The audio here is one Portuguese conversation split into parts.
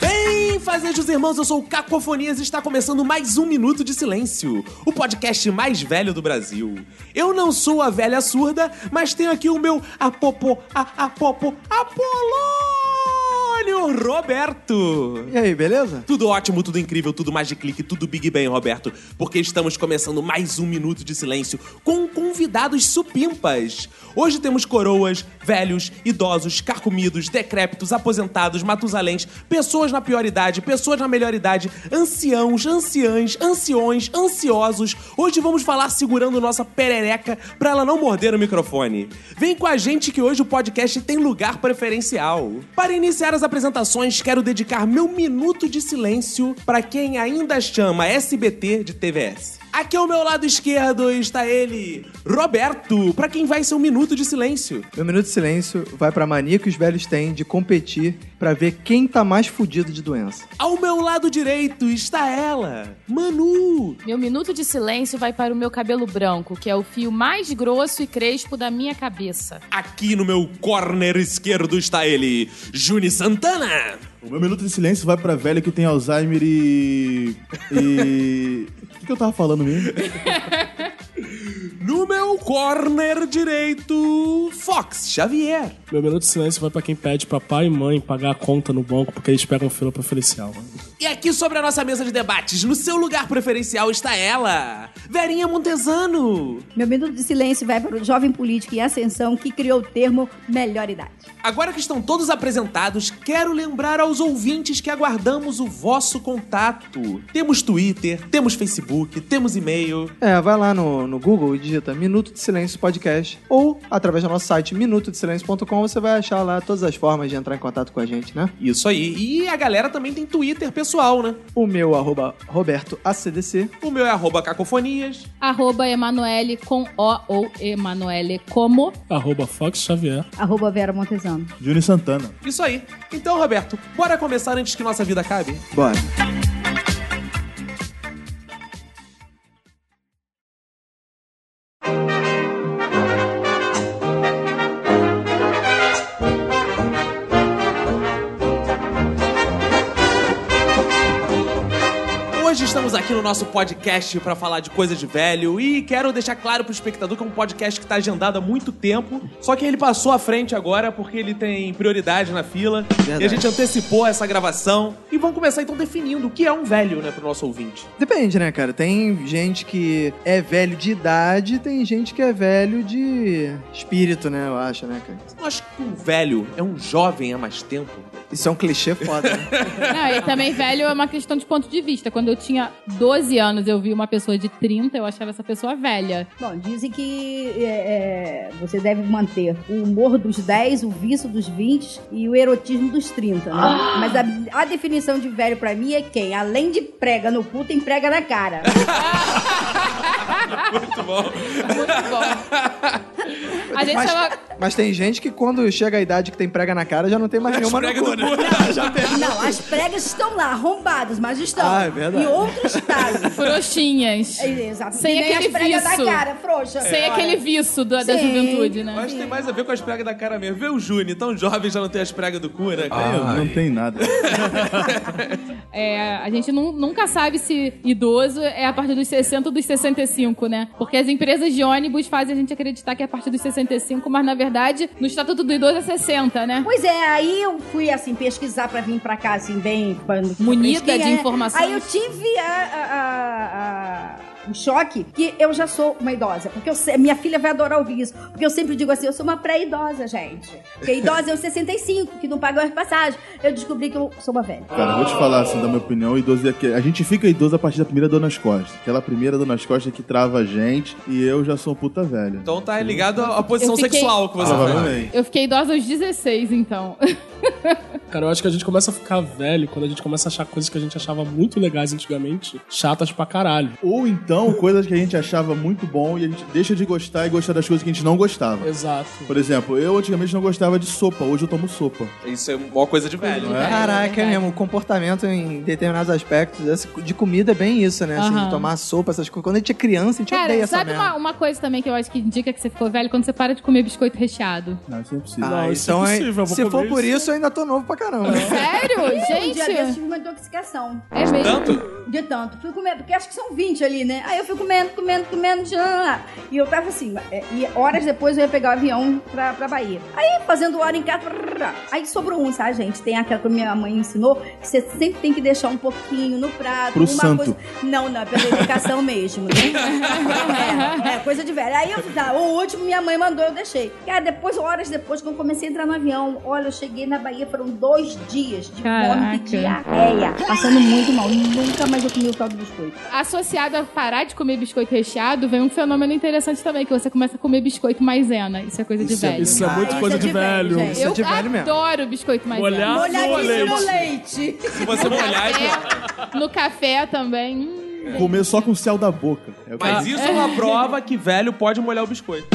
Bem, fazejos irmãos, eu sou o Cacofonias e está começando mais um Minuto de Silêncio, o podcast mais velho do Brasil. Eu não sou a velha surda, mas tenho aqui o meu apopo, a, apopo, Apolônio Roberto. E aí, beleza? Tudo ótimo, tudo incrível, tudo mais de clique, tudo Big Bang, Roberto, porque estamos começando mais um Minuto de Silêncio com convidados supimpas. Hoje temos coroas, velhos, idosos, carcomidos, decrépitos, aposentados, matusaléns, pessoas na pior idade, pessoas na melhor idade, anciãos, anciãs, anciões, ansiosos. Hoje vamos falar segurando nossa perereca pra ela não morder o microfone. Vem com a gente que hoje o podcast tem lugar preferencial. Para iniciar as apresentações, quero dedicar meu minuto de silêncio para quem ainda chama SBT de TVS. Aqui ao meu lado esquerdo está ele, Roberto, para quem vai ser um minuto de silêncio. Meu minuto de silêncio vai pra mania que os velhos têm de competir pra ver quem tá mais fudido de doença. Ao meu lado direito está ela, Manu. Meu minuto de silêncio vai para o meu cabelo branco, que é o fio mais grosso e crespo da minha cabeça. Aqui no meu corner esquerdo está ele, Juni Santana. O meu minuto de silêncio vai pra velha que tem Alzheimer e. E. O que, que eu tava falando mesmo? No meu corner direito, Fox Xavier. Meu minuto de silêncio vai pra quem pede pra pai e mãe pagar a conta no banco porque eles pegam fila pra Felicial. E aqui sobre a nossa mesa de debates, no seu lugar preferencial está ela, Verinha Montesano. Meu minuto de silêncio vai para o jovem político em ascensão que criou o termo melhor idade. Agora que estão todos apresentados, quero lembrar aos ouvintes que aguardamos o vosso contato. Temos Twitter, temos Facebook, temos e-mail. É, vai lá no, no Google e digita Minuto de Silêncio Podcast ou através do nosso site minutodesilencio.com você vai achar lá todas as formas de entrar em contato com a gente, né? Isso aí. E a galera também tem Twitter pessoal, né? O meu arroba Roberto ACDC. O meu é arroba cacofonias. Arroba Emanuele com O ou Emanuele como. Arroba Fox Xavier. Arroba Vera Montesano. Júnior Santana. Isso aí. Então, Roberto, bora começar antes que nossa vida acabe? Bora. Hoje estamos aqui no nosso podcast para falar de coisa de velho e quero deixar claro pro espectador que é um podcast que tá agendado há muito tempo, só que ele passou à frente agora porque ele tem prioridade na fila Verdade. e a gente antecipou essa gravação e vamos começar então definindo o que é um velho, né, pro nosso ouvinte. Depende, né, cara? Tem gente que é velho de idade, tem gente que é velho de espírito, né? Eu acho, né, cara? Eu acho que um velho é um jovem há mais tempo. Isso é um clichê foda, né? Não, e também, velho, é uma questão de ponto de vista. Quando eu tinha 12 anos, eu vi uma pessoa de 30, eu achava essa pessoa velha. Bom, dizem que é, é, você deve manter o humor dos 10, o vício dos 20 e o erotismo dos 30, né? Mas a, a definição de velho pra mim é quem, além de prega no cu, tem prega na cara. Muito bom. Muito bom. A gente Mas- tava. Mas tem gente que quando chega a idade que tem prega na cara, já não tem mais nenhuma no prega cu, no né? Já perdeu. Não, as pregas estão lá, arrombadas, mas estão Ah, é verdade. em outros casos. Frouxinhas. É, Exato. Sem que nem aquele as pregas viço. na cara, frouxa. Sem Olha. aquele viço do- da Sim. juventude, né? Eu acho que tem mais a ver com as pregas da cara mesmo. Vê o Juni, tão jovem já não tem as pregas do cu, né? cara? Eu não tem nada. É, a gente nu- nunca sabe se idoso é a partir dos 60 ou dos 65, né? Porque as empresas de ônibus fazem a gente acreditar que é a partir dos 65, mas na verdade, no estatuto do idoso é 60, né? Pois é, aí eu fui assim pesquisar pra vir pra cá assim bem quando- Munida fresquinha, de né? informações. Aí eu tive a, a- a- a- um choque que eu já sou uma idosa. Porque eu se- minha filha vai adorar ouvir isso. Porque eu sempre digo assim, eu sou uma pré-idosa, gente. Porque idosa é os 65, que não pagam as passagens. Eu descobri que eu sou uma velha. Cara, eu vou te falar assim, da minha opinião, idoso é que a gente fica idoso a partir da primeira Dona Costa. Aquela primeira Dona Costa que trava a gente e eu já sou um puta velho. Então tá ligado à à posição Eu fiquei- sexual que você tá. faz. Provavelmente. Eu fiquei idosa aos 16, então. Cara, eu acho que a gente começa a ficar velho quando a gente começa a achar coisas que a gente achava muito legais antigamente, chatas pra caralho. Ou então, coisas que a gente achava muito bom e a gente deixa de gostar e gostar das coisas que a gente não gostava. Exato. Por exemplo, eu antigamente não gostava de sopa, hoje eu tomo sopa. Isso é uma coisa de velho. Não é? Caraca, é verdade. mesmo. O comportamento em determinados aspectos esse de comida é bem isso, né? Assim, Aham. de tomar sopa, essas coisas. Quando a gente é criança, a gente odeia Cara, essa sabe merda. uma, uma coisa também que eu acho que indica que você ficou velho? Quando você para de comer biscoito recheado. Não, isso não é possível. Ah, Não, isso é então, hein, impossível, eu vou se for comer por isso. isso, eu ainda tô novo pra caramba. né? Sério? Um dia desse eu Gente, tive uma intoxicação. é mesmo. Tanto? De tanto. Fui comer, porque acho que são 20 ali, né? Aí eu fui comendo, comendo, comendo. tchan. E eu tava assim, é, e horas depois eu ia pegar o avião pra, pra Bahia. Aí, fazendo hora em casa. prrr, Aí sobrou um, sabe, gente? Tem aquela que minha mãe ensinou, que você sempre tem que deixar um pouquinho no prato. Pro uma santo. coisa. Não, não, é pela educação mesmo, né? É, é coisa de velha. Aí eu fui, tá, o último minha mãe mandou, eu deixei. Cara, depois, horas depois, quando eu comecei a entrar no avião, olha, eu cheguei na Bahia, foram dois dias de fome e Caraca. diarreia. Passando muito mal. Nunca mais eu comi o caldo do biscoito. Associado a parar de comer biscoito recheado, vem um fenômeno interessante também, que você começa a comer biscoito maisena. Isso é coisa de velho. Isso é muito isso coisa é de de velho, velho. gente. isso é Eu de velho mesmo. adoro biscoito maisena. Molhado. Ah, Molhadinho no no leite. Se você não olhar. Café, no café também. Hum. Comer só com o céu da boca. É o que Mas isso é uma prova que velho pode molhar o biscoito.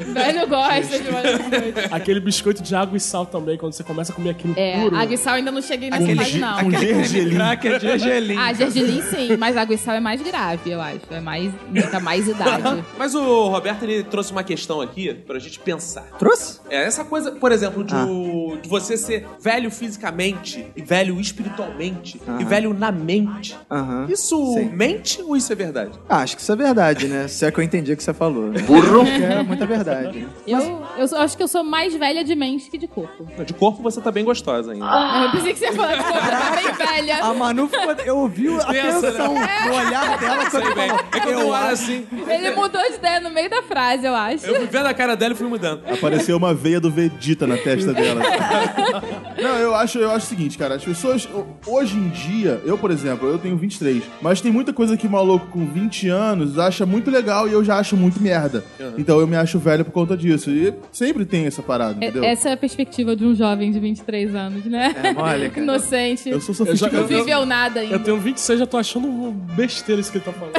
Velho gosta de molhado de biscoito. Aquele biscoito de água e sal também, quando você começa a comer aquilo É, puro. água e sal ainda não cheguei nessa Aquele fase, gi- não. Com gergelim. Cracker de gelinho. Ah, gergelim sim, mas água e sal é mais grave, eu acho. É mais. indica mais idade. Mas o Roberto, ele trouxe uma questão aqui pra gente pensar. Trouxe? É, essa coisa, por exemplo, de, Ah. o- de você ser velho fisicamente, e velho espiritualmente, e Aham. velho na mente. Aham. Isso Sim. mente ou isso é verdade? Ah, acho que isso é verdade, né? Se é que eu entendi o que você falou. Burro! É muita verdade. Eu, eu sou- acho que eu sou mais velha de mente que de corpo. Ah, De corpo você tá bem gostosa ainda. Ah. Eu pensei que você ia falar de corpo, eu tava bem velha. A Manu ficou. Eu ouvi a Pensa, né? atenção no olhar dela quando Sei bem. falou. É que eu olho assim. Ele mudou de ideia no meio da frase, eu acho. Eu fui vendo a cara dela e fui mudando. Apareceu uma veia do Vegeta na testa dela. Não, eu acho, eu acho o seguinte, cara. As pessoas, ho- hoje em dia, eu, por exemplo, eu tenho 23, mas tem muita coisa que maluco com 20 anos acha muito legal e eu já acho muito merda. Uhum. Então eu me acho velho por conta disso. E sempre tem essa parada, entendeu? É- Essa é a perspectiva de um jovem de 23 anos, né? É mole, cara. Inocente. Eu sou Eu já- sofisticado. Não viveu nada ainda. Eu tenho 26, já tô achando um besteira isso que ele tá falando.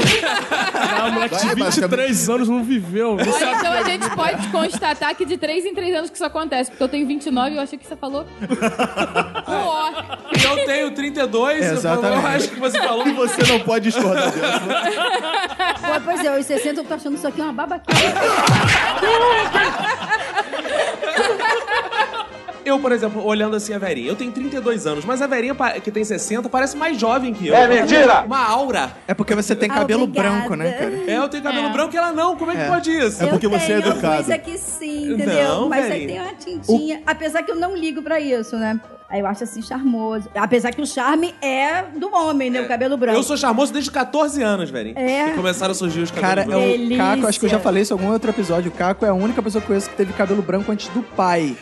Ah, moleque Vai, de 23 anos não viveu. Não Olha, sabe. então a gente pode constatar que de 3 em 3 anos que isso acontece, porque eu tenho 29 e eu achei que você falou. Ó, E Eu tenho 32, eu, falo, eu Exatamente. acho que você falou. E você não pode discordar dela. Pô, pois é, aos 60 eu tô achando isso aqui uma babaquinha. Eu, por exemplo, olhando assim a Verinha, eu tenho 32 anos, mas a Verinha, pa- que tem 60, parece mais jovem que eu. É mentira! Uma aura. É porque você tem cabelo Obrigada. branco, né, cara? É, eu tenho cabelo É. branco e ela não. Como é que É. pode isso? É porque eu você é tenho educado. alguns aqui sim, entendeu? Não, Mas velho. aí tem uma tintinha. Apesar que eu não ligo pra isso, né? Aí eu acho assim charmoso. Apesar que o charme é do homem, né? O cabelo branco. Eu sou charmoso desde 14 anos, Verinha. É. Que começaram a surgir os Cara, cabelos brancos. é o Delícia. Caco, acho que eu já falei isso em algum outro episódio. O Caco é a única pessoa que eu conheço que teve cabelo branco antes do pai.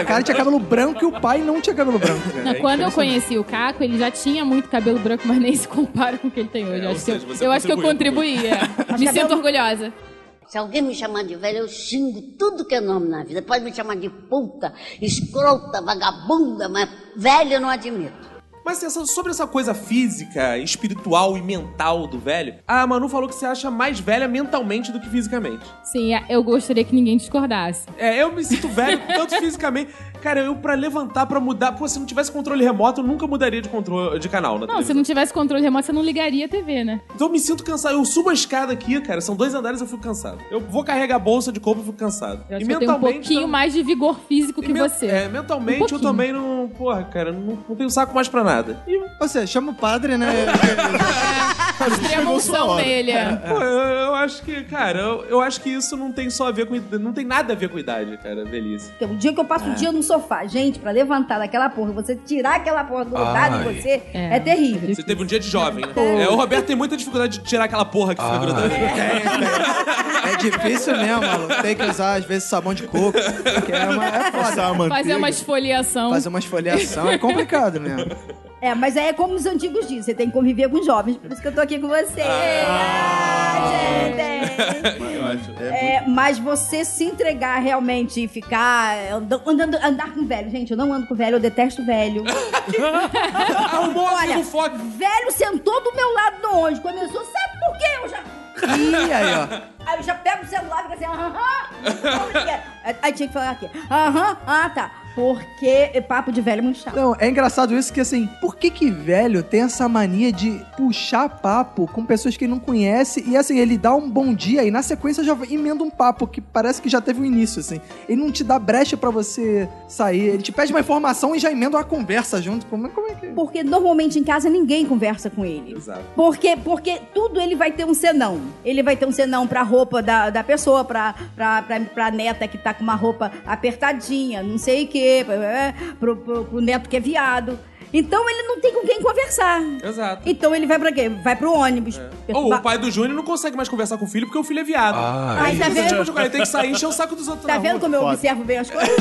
O cara tinha cabelo branco e o pai não tinha cabelo branco, É cara. quando eu conheci o Caco, ele já tinha muito cabelo branco, mas nem se compara com o que ele tem hoje. É, Eu ou acho que eu, seja, você eu acho que eu contribuiu. contribuí. é. Me cabelo- sinto orgulhosa. Se alguém me chamar de velha, eu xingo tudo que é nome na vida. Pode me chamar de puta, escrota, vagabunda, mas velho eu não admito. Mas assim, essa- sobre essa coisa física, espiritual e mental do velho, a Manu falou que você acha mais velha mentalmente do que fisicamente. Sim, é, eu gostaria que ninguém discordasse. É, eu me sinto velho tanto fisicamente. Cara, eu pra levantar, pra mudar. Pô, se não tivesse controle remoto, eu nunca mudaria de, controle, de canal na Não, se televisão. não tivesse controle remoto, você não ligaria a TV, né? Então eu me sinto cansado. Eu subo a escada aqui, cara. São dois andares eu fico cansado. Eu vou carregar a bolsa de corpo eu fico cansado. Eu acho que eu tenho um pouquinho tam- mais de vigor físico então- e que men- você. É, Um mentalmente eu pouquinho. também não. Porra, cara, não, não tenho saco mais pra nada. E Ou seja, chama o padre, né? Extrema unção nele. é. Pô, eu, eu acho que, cara, eu, eu acho que isso não tem só a ver com. id- Não tem nada a ver com idade, cara, velhice. Porque o dia que eu É. passo o dia no sofá, gente, pra levantar daquela porra, você tirar aquela porra do lugar de você, é, terrível. Você teve um dia de jovem, né? É, o Roberto tem muita dificuldade de tirar aquela porra que fica grudando. É difícil mesmo, maluco. Tem que usar, às vezes, sabão de coco. que é, uma, é foda. Passar a manteiga. Fazer uma esfoliação. Fazer uma esfoliação é complicado mesmo. É, mas aí é como os antigos dizem, você tem que conviver com os jovens, por isso que eu tô aqui com você. Ah, gente! Eu acho. É, É, mas você se entregar realmente e ficar eh, andando, andando- andar com velho. Gente, eu não ando com velho, eu detesto velho. Arrumou um Olha, amigo foda. velho sentou do meu lado no ônibus. Começou, sabe por quê? Eu já. Ih, aí, ó. Aí eu já pego o celular e fico assim, aham, como que é? Aí- Aí tinha que falar aqui, aham, ah tá. Porque papo de velho é muito chato. Não, é engraçado isso que, assim, por que que velho tem essa mania de puxar papo com pessoas que ele não conhece e, assim, ele dá um bom dia e, na sequência, já emenda um papo que parece que já teve um início, assim. Ele não te dá brecha pra você sair. Ele te pede uma informação e já emenda uma conversa junto. Como, como é que... Porque normalmente em casa ninguém conversa com ele. Exato. Porque, porque tudo ele vai ter um senão. Ele vai ter um senão pra roupa da, da pessoa, pra, pra, pra, pra neta que tá com uma roupa apertadinha, não sei o quê, pra- é, pro, pro, pro neto que é viado. Então ele não tem com quem conversar. Exato. Então ele vai pra quê? Vai pro ônibus. Ou Ba- o pai do Júnior não consegue mais conversar com o filho porque o filho é viado. Aí tá Esse tipo vendo, de coisa, Ele tem que sair e encher o saco dos outros. tá na vendo rua. como eu Foda. observo bem as coisas?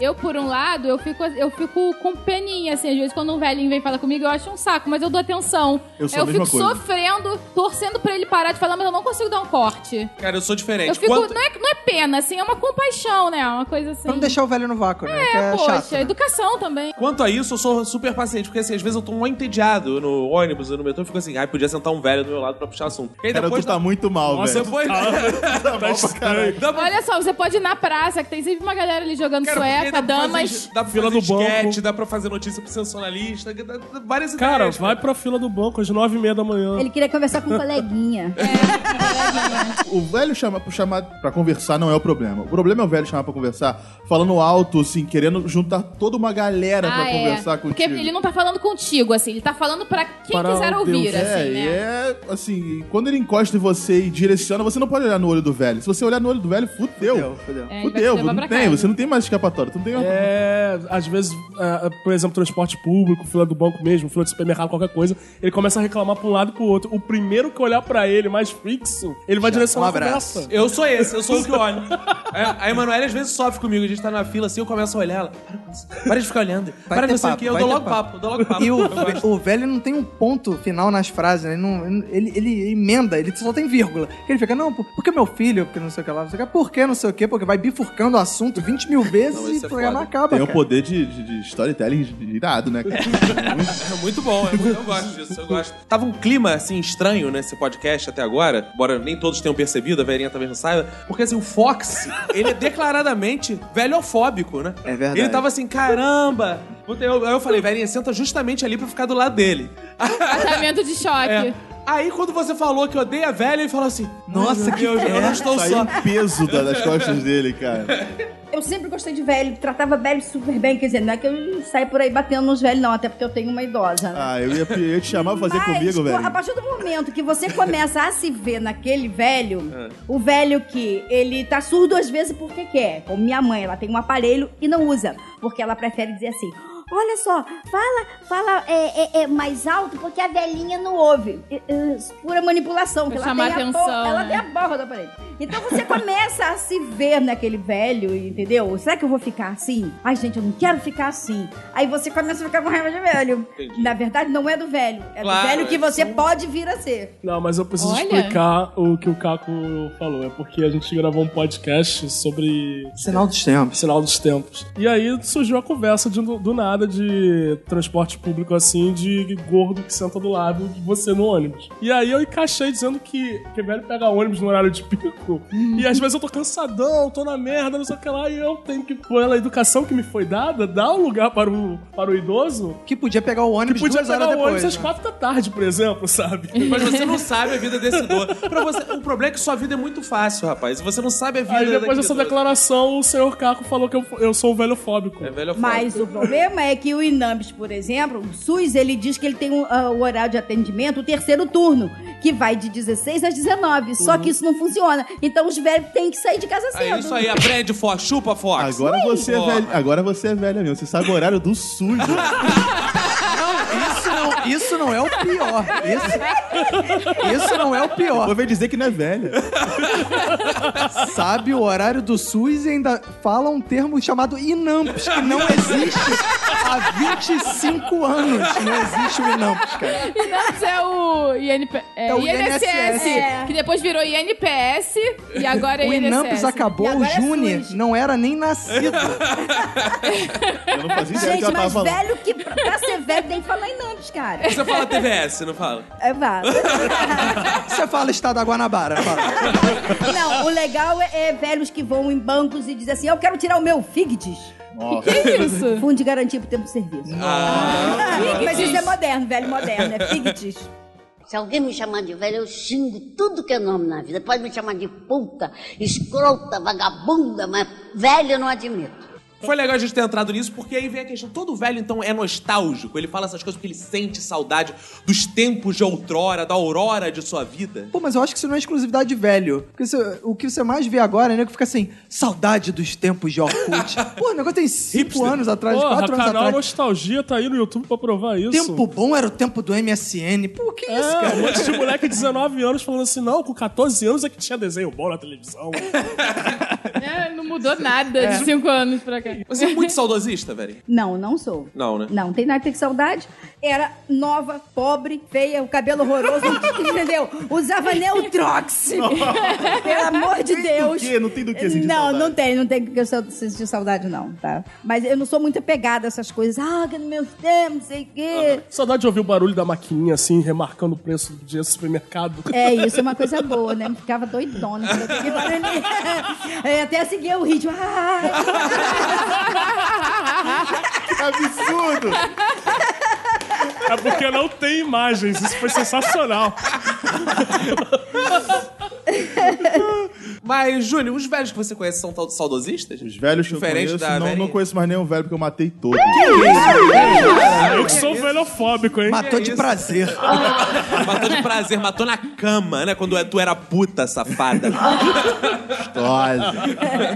Eu, por um lado, eu fico, eu fico com peninha, assim. Às vezes, quando um velhinho vem falar comigo, eu acho um saco, mas eu dou atenção. Eu sou a mesma fico coisa. sofrendo, torcendo pra ele parar de falar, mas eu não consigo dar um corte. Cara, eu sou diferente. Eu fico. Quanto- Não, é, não é pena, assim, é uma compaixão, né? Uma coisa assim. Pra não deixar o velho no vácuo, né? que É, é poxa, chato, né? educação também. Quanto a isso, eu sou super paciente, porque assim, às vezes eu tô mó entediado no ônibus, no metrô, eu fico assim, ai, podia sentar um velho do meu lado pra puxar assunto. E aí Cara, depois tu tá muito mal, Nossa, velho. depois... tá mal pra caralho. Dá pra- Olha só, você pode ir na praça, que tem sempre uma galera ali jogando Cara, porque sueca, dá pra fazer- damas. dá pra Fila fazer do banco. esquete, dá pra fazer notícia pro sensacionalista, dá- dá- várias Cara, ideias. vai pra fila do banco às nove e meia da manhã. Ele queria conversar com um coleguinha. O velho chamar chamar pra conversar não é o problema. O problema é o velho chamar pra conversar falando alto, assim, querendo juntar toda uma galera pra conversar contigo. Ah, é. Porque ele não tá falando contigo, assim, ele tá falando pra quem Para quiser o ouvir, Deus. assim, é, né? e é assim, e quando ele encosta em você e direciona, você não pode olhar no olho do velho. Se você olhar no olho do velho, fudeu. Fudeu, fudeu. É, ele vai te Fudeu, levar não pra tem, casa. você não tem mais escapatória, tu não tem uma- É, às vezes, ah, por exemplo, transporte público, fila do banco mesmo, fila de supermercado, qualquer coisa, ele começa a reclamar pra um lado e pro outro. O primeiro que olhar pra ele mais fixo, ele vai um direcionar a abraço. conversa. Eu sou esse, eu sou o que olha. A Emanuele às vezes sofre comigo, a gente tá na fila assim, eu começo a olhar ela. Para, com isso, para de ficar olhando. para ter não sei o papo, que, eu vai dou ter logo papo. papo. eu dou logo papo. E o, Eu gosto. o velho não tem um ponto final nas frases, né? Ele, não- ele- ele emenda, ele só tem vírgula. Que ele fica, não, por- porque meu filho, porque não sei o que lá, não sei o que, por que não sei o que, porque vai bifurcando o assunto 20 mil vezes Não, e isso o é programa foda. acaba. Tem o cara. poder de, de- de storytelling irado, né? cara? É muito bom, é muito- eu gosto disso, eu gosto. Tava um clima, assim, estranho nesse podcast até agora, embora nem todos tenham percebido, a velhinha talvez não saiba, porque, assim, o Fox, ele é declaradamente velhofóbico, né? É verdade. Ele tava assim, caramba... não tem- Aí eu falei, velhinha, senta justamente ali pra ficar do lado dele. Tratamento de choque. É. Aí quando você falou que odeia velho, ele falou assim, Nossa, que Deus, eu não Então estou Saiu só. um peso da- das costas dele, cara. Eu sempre gostei de velho, tratava velho super bem, quer dizer, não é que eu saio por aí batendo nos velhos, não, até porque eu tenho uma idosa, né? Ah, eu ia, eu ia te chamar pra fazer Mas, tipo, comigo, pô, velho. A partir do momento que você começa a se ver naquele velho, o velho que ele tá surdo às vezes porque quer. Como minha mãe, ela tem um aparelho e não usa. Porque ela prefere dizer assim: Olha só, fala, fala é, é, é, mais alto porque a velhinha não ouve. "Eh, eh, pura manipulação. Pra que ela chamar tem a atenção, porra- Ela né? tem a borra do aparelho. Então você começa a se ver naquele velho, entendeu? Será que eu vou ficar assim? Ai, gente, eu não quero ficar assim. Aí você começa a ficar com raiva de velho. Entendi. Na verdade, não é do velho. É Claro, do velho que é você pode vir a ser. Não, mas eu preciso Olha. explicar o que o Caco falou. É porque a gente gravou um podcast sobre Sinal dos tempos. Sinal dos Tempos. E aí surgiu a conversa de- do nada de transporte público assim, de gordo que senta do lado de você no é ônibus. E aí eu encaixei dizendo que, que velho pega ônibus no horário de pico louco. Uhum. E às vezes eu tô cansadão, tô na merda, não sei o que lá, e eu tenho que, pela educação que me foi dada, dar um lugar para o, para o idoso Que podia pegar o ônibus podia duas horas pegar o depois. ônibus às né? quatro da tarde, por exemplo, sabe? Mas você não sabe a vida desse idoso. Pra você, o problema é que sua vida é muito fácil, rapaz. Você não sabe a vida Aí depois daquele dessa idoso. declaração, o senhor Caco falou que eu, eu sou velhofóbico. É velho Mas o problema é que o Inambis, por exemplo, o SUS, ele diz que ele tem um, ah, o horário de atendimento, o terceiro turno, que vai de 16 às 19. Só que isso não funciona. Então os velhos têm que sair de casa foda. cedo. Uhum. né? É isso aí, aprende, Fox. Chupa, Fox. Agora você, é Porra. velha, agora você é velha mesmo. Você sabe o horário do SUS. Isso não, isso não é o pior. Isso, isso não é o Eu pior. vou dizer que não é velha. Sabe o horário do SUS e ainda fala um termo chamado INAMPS, que não existe há 25 anos. Não existe o INAMPS, cara. Isso é o, INP... é, É o INSS, INSS. É. que depois virou INPS e agora é O INSS. INAMPS E acabou, o agora é Juni SUS. não era nem nascido. Eu não fazia ideia do que Gente, tá ela tava mas falando. velho que. Pra, pra ser velho tem que falar Inambis, cara. Você fala TVS, não fala? É vá. Você fala estado da Guanabara. Fala. Não, o legal é, é velhos que vão em bancos e dizem assim: eu quero tirar o meu FIGDIS. Que isso? Fundo de garantia pro tempo de serviço. Ah, Mas isso é moderno, velho moderno, é FIGDIS. Se alguém me chamar de velho, eu xingo tudo que é nome na vida. Pode me chamar de puta, escrota, vagabunda, mas velho eu não admito. Foi legal a gente ter entrado nisso, porque aí vem a questão. Todo velho, então, é nostálgico. Ele fala essas coisas porque ele sente saudade dos tempos de outrora, da aurora de sua vida. Pô, mas eu acho que isso não é exclusividade de velho. Porque você- o que você mais vê agora é nego que fica assim, saudade dos tempos de Orkut. Pô, o negócio tem 5 anos atrás, 4 Porra, anos canal atrás. Nostalgia tá aí no YouTube pra provar isso. Tempo bom era o tempo do MSN. Pô, que É, isso, cara? um monte de moleque de 19 anos falando assim, não, com 14 anos é que tinha desenho bom na televisão. É, não mudou nada de cinco anos pra cá. Você é muito saudosista, velho? Não, não sou. Não, né? Não, tem nada que ter saudade. Era nova, pobre, feia, o cabelo horroroso, entendeu? Usava Neutrox. Pelo amor de Deus. quê? Não tem do que sentir Não, saudade. não tem, não tem do que eu sa- sentir saudade, não, tá? Mas eu não sou muito apegada a essas coisas. Ah, que no meu tempo, não sei o quê. Saudade de ouvir o barulho da maquininha, assim, remarcando o preço do dinheiro do supermercado. É, isso é uma coisa boa, né? Ficava doidona. quando eu ficava ali. É, Até seguia o ritmo. Ah, Que absurdo! É porque não tem imagens, isso foi sensacional. Mas, Júnior, os velhos que você conhece são tal- saudosistas? Os velhos que Diferente eu da conheço, não, velhinha. não conheço mais nenhum velho, porque eu matei todos. Eu que sou velhofóbico, hein? Ah, é Matou de isso? prazer. Matou de prazer, matou na cama, né? Quando tu era puta, safada. Gostosa.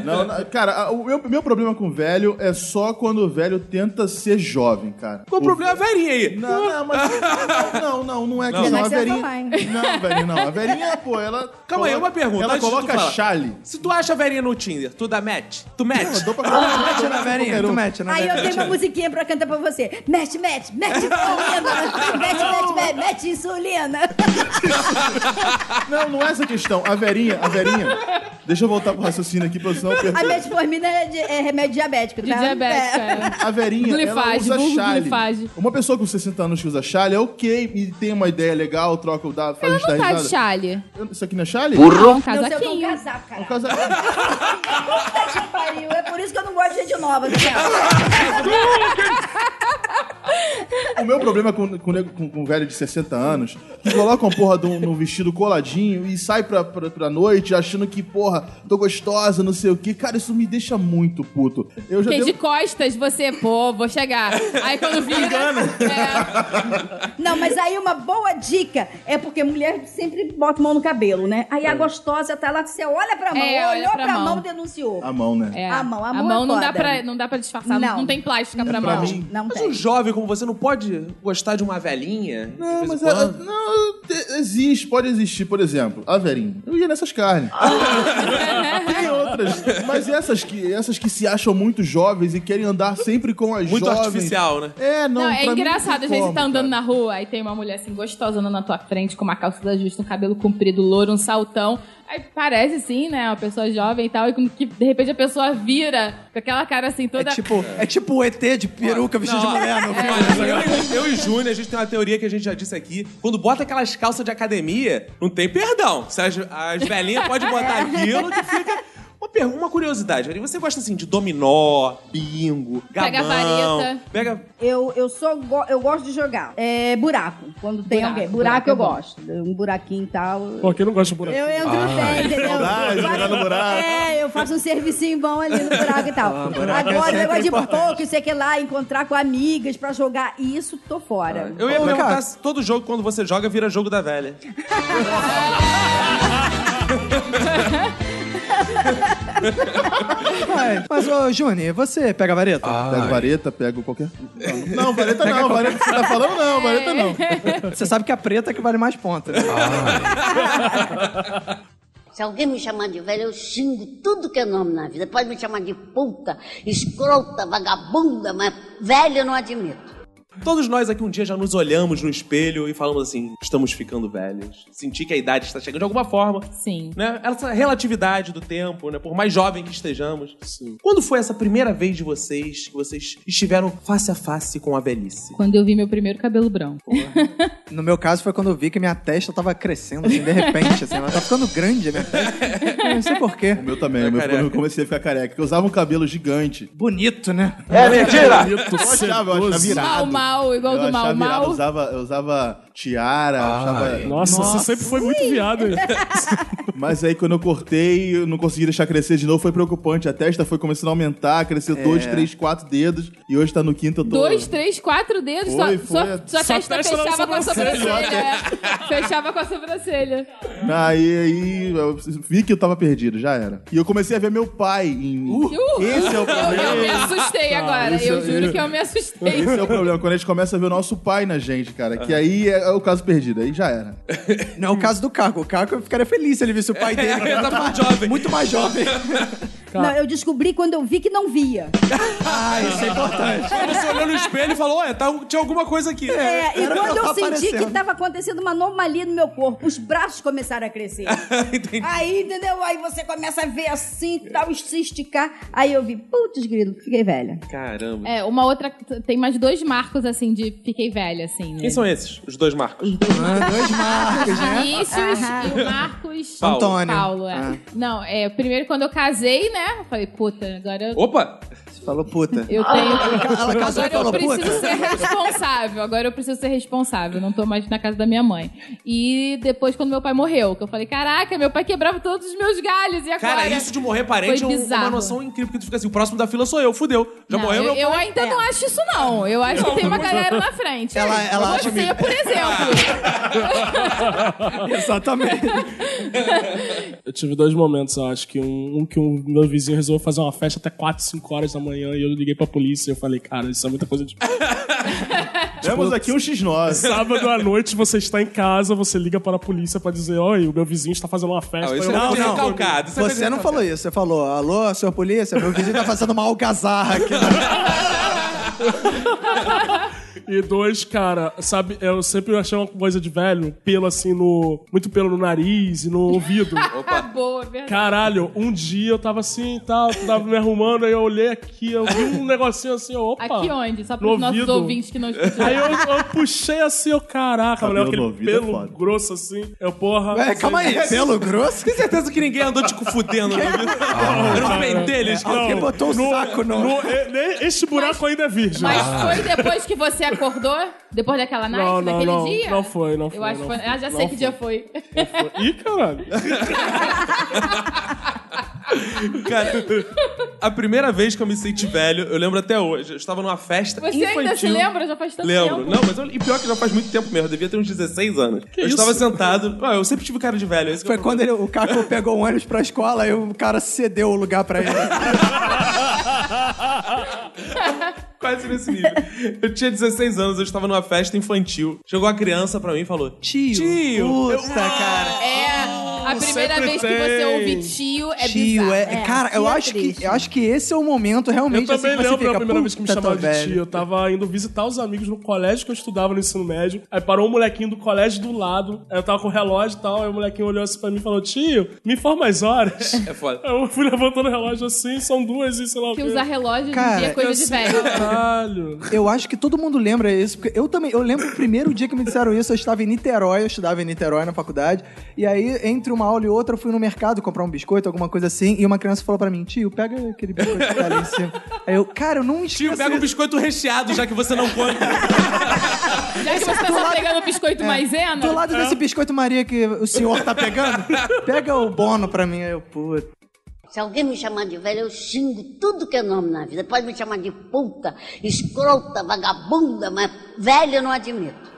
Não, não, cara, a- o meu, meu problema com velho é só quando o velho tenta ser jovem, cara. Qual o problema é a velhinha aí? Não, não, mas. Não, não, não é que Não. não. A Mas é velhinha. online. Não, velho, não. A velhinha, pô, ela. Calma aí, coloca- uma pergunta. Ela antes de tu coloca falar. chale. Se tu acha a velhinha no Tinder, tu dá match? Tu Eu match? dou pra caralho. Mete na verinha, um. tu mete né, na Aí eu verinha. tenho uma musiquinha pra cantar pra você. Mete, mete, mete insulina. Mete, mete, mete, mete insulina. Não, não é essa a questão. A verinha, a verinha. Deixa eu voltar pro raciocínio aqui, pra senão eu perco. A metformina é, de- é remédio diabético, tá? De diabetes, É. cara. A verinha, ela Glifage, usa vulgo chale. glifage. Uma pessoa com 60 anos que usa chale é ok e tem uma ideia legal, troca o dado, faz a Ela gente dar não tá risada. de chale. Eu- Isso aqui não é chale? É um Não sei, eu tô um casaquinho. casaco, cara. Por causa- Puta que pariu. É por isso que eu não gosto de gente nova, né? cara. O meu problema com, com, nego- com, com velho de 60 anos que coloca uma porra de um, num vestido coladinho e sai pra, pra, pra noite achando que, porra, tô gostosa, não sei o que. Cara, isso me deixa muito puto. Eu já um Porque de devo... costas você, pô, vou chegar. Aí quando vira. É, Não, mas aí uma boa dica é porque mulher sempre bota mão no cabelo, né? Aí a gostosa tá lá, você olha pra mão, É, olha olhou pra pra mão, mão, denunciou. A mão, né? é. A mão, a mão é não dá foda. pra, não dá pra disfarçar, não, Não. não tem plástica pra, pra mão. mim. Não Mas um tem. jovem como você não pode gostar de uma velhinha? de Não, vez em mas é- quando? ela- não, Ah. te- existe, pode existir, por exemplo, a Verinha. Eu ia nessas carnes. Tem outro outras, mas essas que, essas que se acham muito jovens e querem andar sempre com as Muito jovens. artificial, né? É, não, Não, pra é mim engraçado, às tem vezes como, você tá andando na cara. rua, aí tem uma mulher assim, gostosa andando na tua frente, com uma calça da justa, um cabelo comprido, louro, um saltão. Aí parece assim, né? Uma pessoa jovem e tal, e quando que de repente a pessoa vira com aquela cara assim toda. É tipo, é tipo o ET de peruca vestido de Não, mulher né? no filme. olha, eu, eu e Júnior, a gente tem uma teoria que a gente já disse aqui. Quando bota aquelas calças de academia, não tem perdão. Se as, as velhinhas podem botar aquilo que fica... Uma, per- uma curiosidade, Ari, você gosta assim de dominó, bingo, gamão... Pega vareta. Pega... Eu, eu sou go- eu gosto de jogar. É buraco. Quando tem Buraco, alguém. buraco Buraco, é eu bom. gosto. Um buraquinho e tal. Pô, quem não gosta de buraco? Eu entro no pé, entendeu? saudade de Faço- jogar no buraco. É, eu faço um servicinho bom ali no buraco e tal. Agora, o negócio de pouco, sei que lá, encontrar com amigas pra jogar. E isso, tô fora. Eu ia Ô, perguntar cara. se todo jogo, quando você joga, vira jogo da velha. Mas, mas ô, Juni, você pega a vareta? Pego vareta, pego qualquer. Não, não, vareta não, vareta que você tá falando É. não, vareta não. Você sabe que a preta é que vale mais ponta. né? Se alguém me chamar de velho, eu xingo tudo que é nome na vida. Pode me chamar de puta, escrota, vagabunda, mas velho eu não admito. Todos nós aqui um dia já nos olhamos no espelho e falamos assim, estamos ficando velhos. Senti que a idade está chegando de alguma forma. Sim. né? Essa relatividade do tempo, né? Por mais jovem que estejamos. Quando foi essa primeira vez de vocês que vocês estiveram face a face com a velhice? Quando eu vi meu primeiro cabelo branco. No meu caso, foi quando eu vi que minha testa tava crescendo, assim, de repente, assim. Ela tá ficando grande, a minha testa. Eu não sei porquê. O meu também, o É meu, careca. quando eu comecei a ficar careca, que eu usava um cabelo gigante. Bonito, né? Bonito, Eu achava, eu achava sedoso. irado. Mal, mal, igual eu do mal, achava irado, mal. Eu usava, eu usava tiara, Ah, achava... Nossa, você sempre foi muito viado. hein? Mas aí quando eu cortei, eu não consegui deixar crescer de novo, foi preocupante. A testa foi começando a aumentar, cresceu É. dois, três, quatro dedos. E hoje tá no quinto, eu tô... Dois, três, quatro dedos, só, Foi, foi. só, sua Só testa testa na fechava com a sobrancelha. sobrancelha. é. Fechava com a sobrancelha. Aí, aí eu vi que eu tava perdido, já era. E eu comecei a ver meu pai em mim. Uh! esse é o Eu, problema. eu me assustei agora. esse Eu é- juro que eu me assustei. Esse é o problema, quando a gente começa a ver o nosso pai na gente, cara. Que aí é o caso perdido, aí já era. Não é o caso do Caco. O Caco eu ficaria feliz se ele visse o pai dele. que tá muito jovem. Muito mais jovem. Não, eu descobri quando eu vi que não via. Ah, isso é importante. Você olhou no espelho e falou: olha, tá, tinha alguma coisa aqui. É, e Era pra quando eu tá senti aparecendo. que tava acontecendo uma anomalia no meu corpo, os braços começaram a crescer. Entendi. Aí, entendeu? Aí você começa a ver assim e tal, e se esticar. Aí eu vi, putz, grilo, fiquei velha. Caramba. É, uma outra. Tem mais dois marcos, assim, de fiquei velha, assim. Né? Quem são esses? Os dois marcos. Dois marcos, né? Vinícius e o Marcos. Paulo. Paulo, Antônio. é. Ah. Não, é, primeiro quando eu casei, né? eu Falei, puta, agora eu, Opa! Você falou puta. eu tenho. Ah, Ela casou e Agora falou eu preciso puta. ser responsável. Agora eu preciso ser responsável. Não tô mais na casa da minha mãe. E depois, quando meu pai morreu, que eu falei, caraca, meu pai quebrava todos os meus galhos. E agora? Cara, isso de morrer parente é foi um- uma bizarro. noção incrível, porque tu fica assim: o próximo da fila sou eu, fudeu. Já Não, morreu eu, meu eu ainda não É. acho isso, não. Eu acho que tem uma galera na frente. Ela- ela acha Você, Ah, por exemplo. Exatamente. Eu tive dois momentos, eu acho que um, um que um meu vizinho resolveu fazer uma festa até 4, 5 horas da manhã e eu liguei pra polícia e eu falei, cara, isso é muita coisa de... Temos aqui um X9. Sábado à noite você está em casa, você liga para a polícia pra dizer, oi, o meu vizinho está fazendo uma festa. Ah, isso Eu- é Não, coisa não. recalcada, isso é coisa Você não falou isso. Você falou, alô, senhor polícia, meu vizinho tá fazendo uma algazarra aqui. E dois, cara, sabe, eu sempre achei uma coisa de velho, pelo assim no. Muito pelo no nariz e no ouvido. Acabou, é verdade. Caralho, um dia eu tava assim e tal, tava me arrumando, aí eu olhei aqui, eu vi um negocinho assim, eu, opa. Aqui onde? Só No pros nossos ouvido. ouvintes que não escutam. Aí eu, eu puxei assim, eu, caraca, Cabelo mano, aquele no ouvido é pelo foda. grosso assim. Eu, porra. Ué, É, calma aí. Pelo grosso? Ah, Tem certeza que ninguém andou te fudendo, né? Era um pentelho. Alguém Não, botou o no- saco no... no- e- nem- Este buraco ainda é virgem. Mas foi depois que você acordou? Depois daquela night, Não, não, daquele não. dia? Não foi, não Eu foi, acho não que foi. foi, Ah, já não sei que foi. dia foi. Ih, caralho. Cara, a primeira vez que eu me senti velho, eu lembro até hoje. Eu estava numa festa Você infantil. ainda se lembra? Já faz tanto Lembro. tempo. Não, mas eu, e pior que já faz muito tempo mesmo. Eu devia ter uns 16 anos. eu estava sentado. Ah, eu sempre tive cara de velho. é isso que Foi eu- quando ele- o Caco pegou um ônibus pra escola e o cara cedeu o lugar pra ele. Quase nesse nível. Eu tinha 16 anos, eu estava numa festa infantil. Chegou a criança pra mim e falou: Tio. Tio. Puta, cara. É. a primeira sempre vez que tem. você ouve tio é tio, bizarro. é, É, cara, eu tio é acho, que, triste. eu acho que esse é o momento Eu realmente também assim, que você lembro fica, a primeira vez que me "Puta, tô chamaram de velho". tio. Eu tava indo visitar os amigos no colégio que eu estudava no ensino médio. Aí parou um molequinho do colégio do lado. Aí eu tava com o relógio e tal. Aí o molequinho olhou assim pra mim e falou: Tio, me informa as horas. É foda. Aí eu fui levantando o relógio assim, são duas e sei lá o Que quê. usar relógio hoje em Cara, dia é coisa Eu de assim, velho. Caralho. Eu acho que todo mundo lembra isso, porque eu também, eu lembro o primeiro dia que me disseram isso, eu estava em Niterói, eu estudava em Niterói na faculdade, e aí entre uma aula e outra eu fui no mercado comprar um biscoito, alguma coisa assim, e uma criança falou pra mim, tio, pega aquele biscoito que tá ali em cima. Aí eu, cara, eu não esqueço. Tio, pega um isso. biscoito recheado, já que você não come. Já que você tá só pegando biscoito maisena, Do lado desse biscoito Maria que o senhor tá pegando, pega o bono pra mim, aí eu, puta. Se alguém me chamar de velho, eu xingo tudo que é nome na vida. Pode me chamar de puta, escrota, vagabunda, mas velho eu não admito.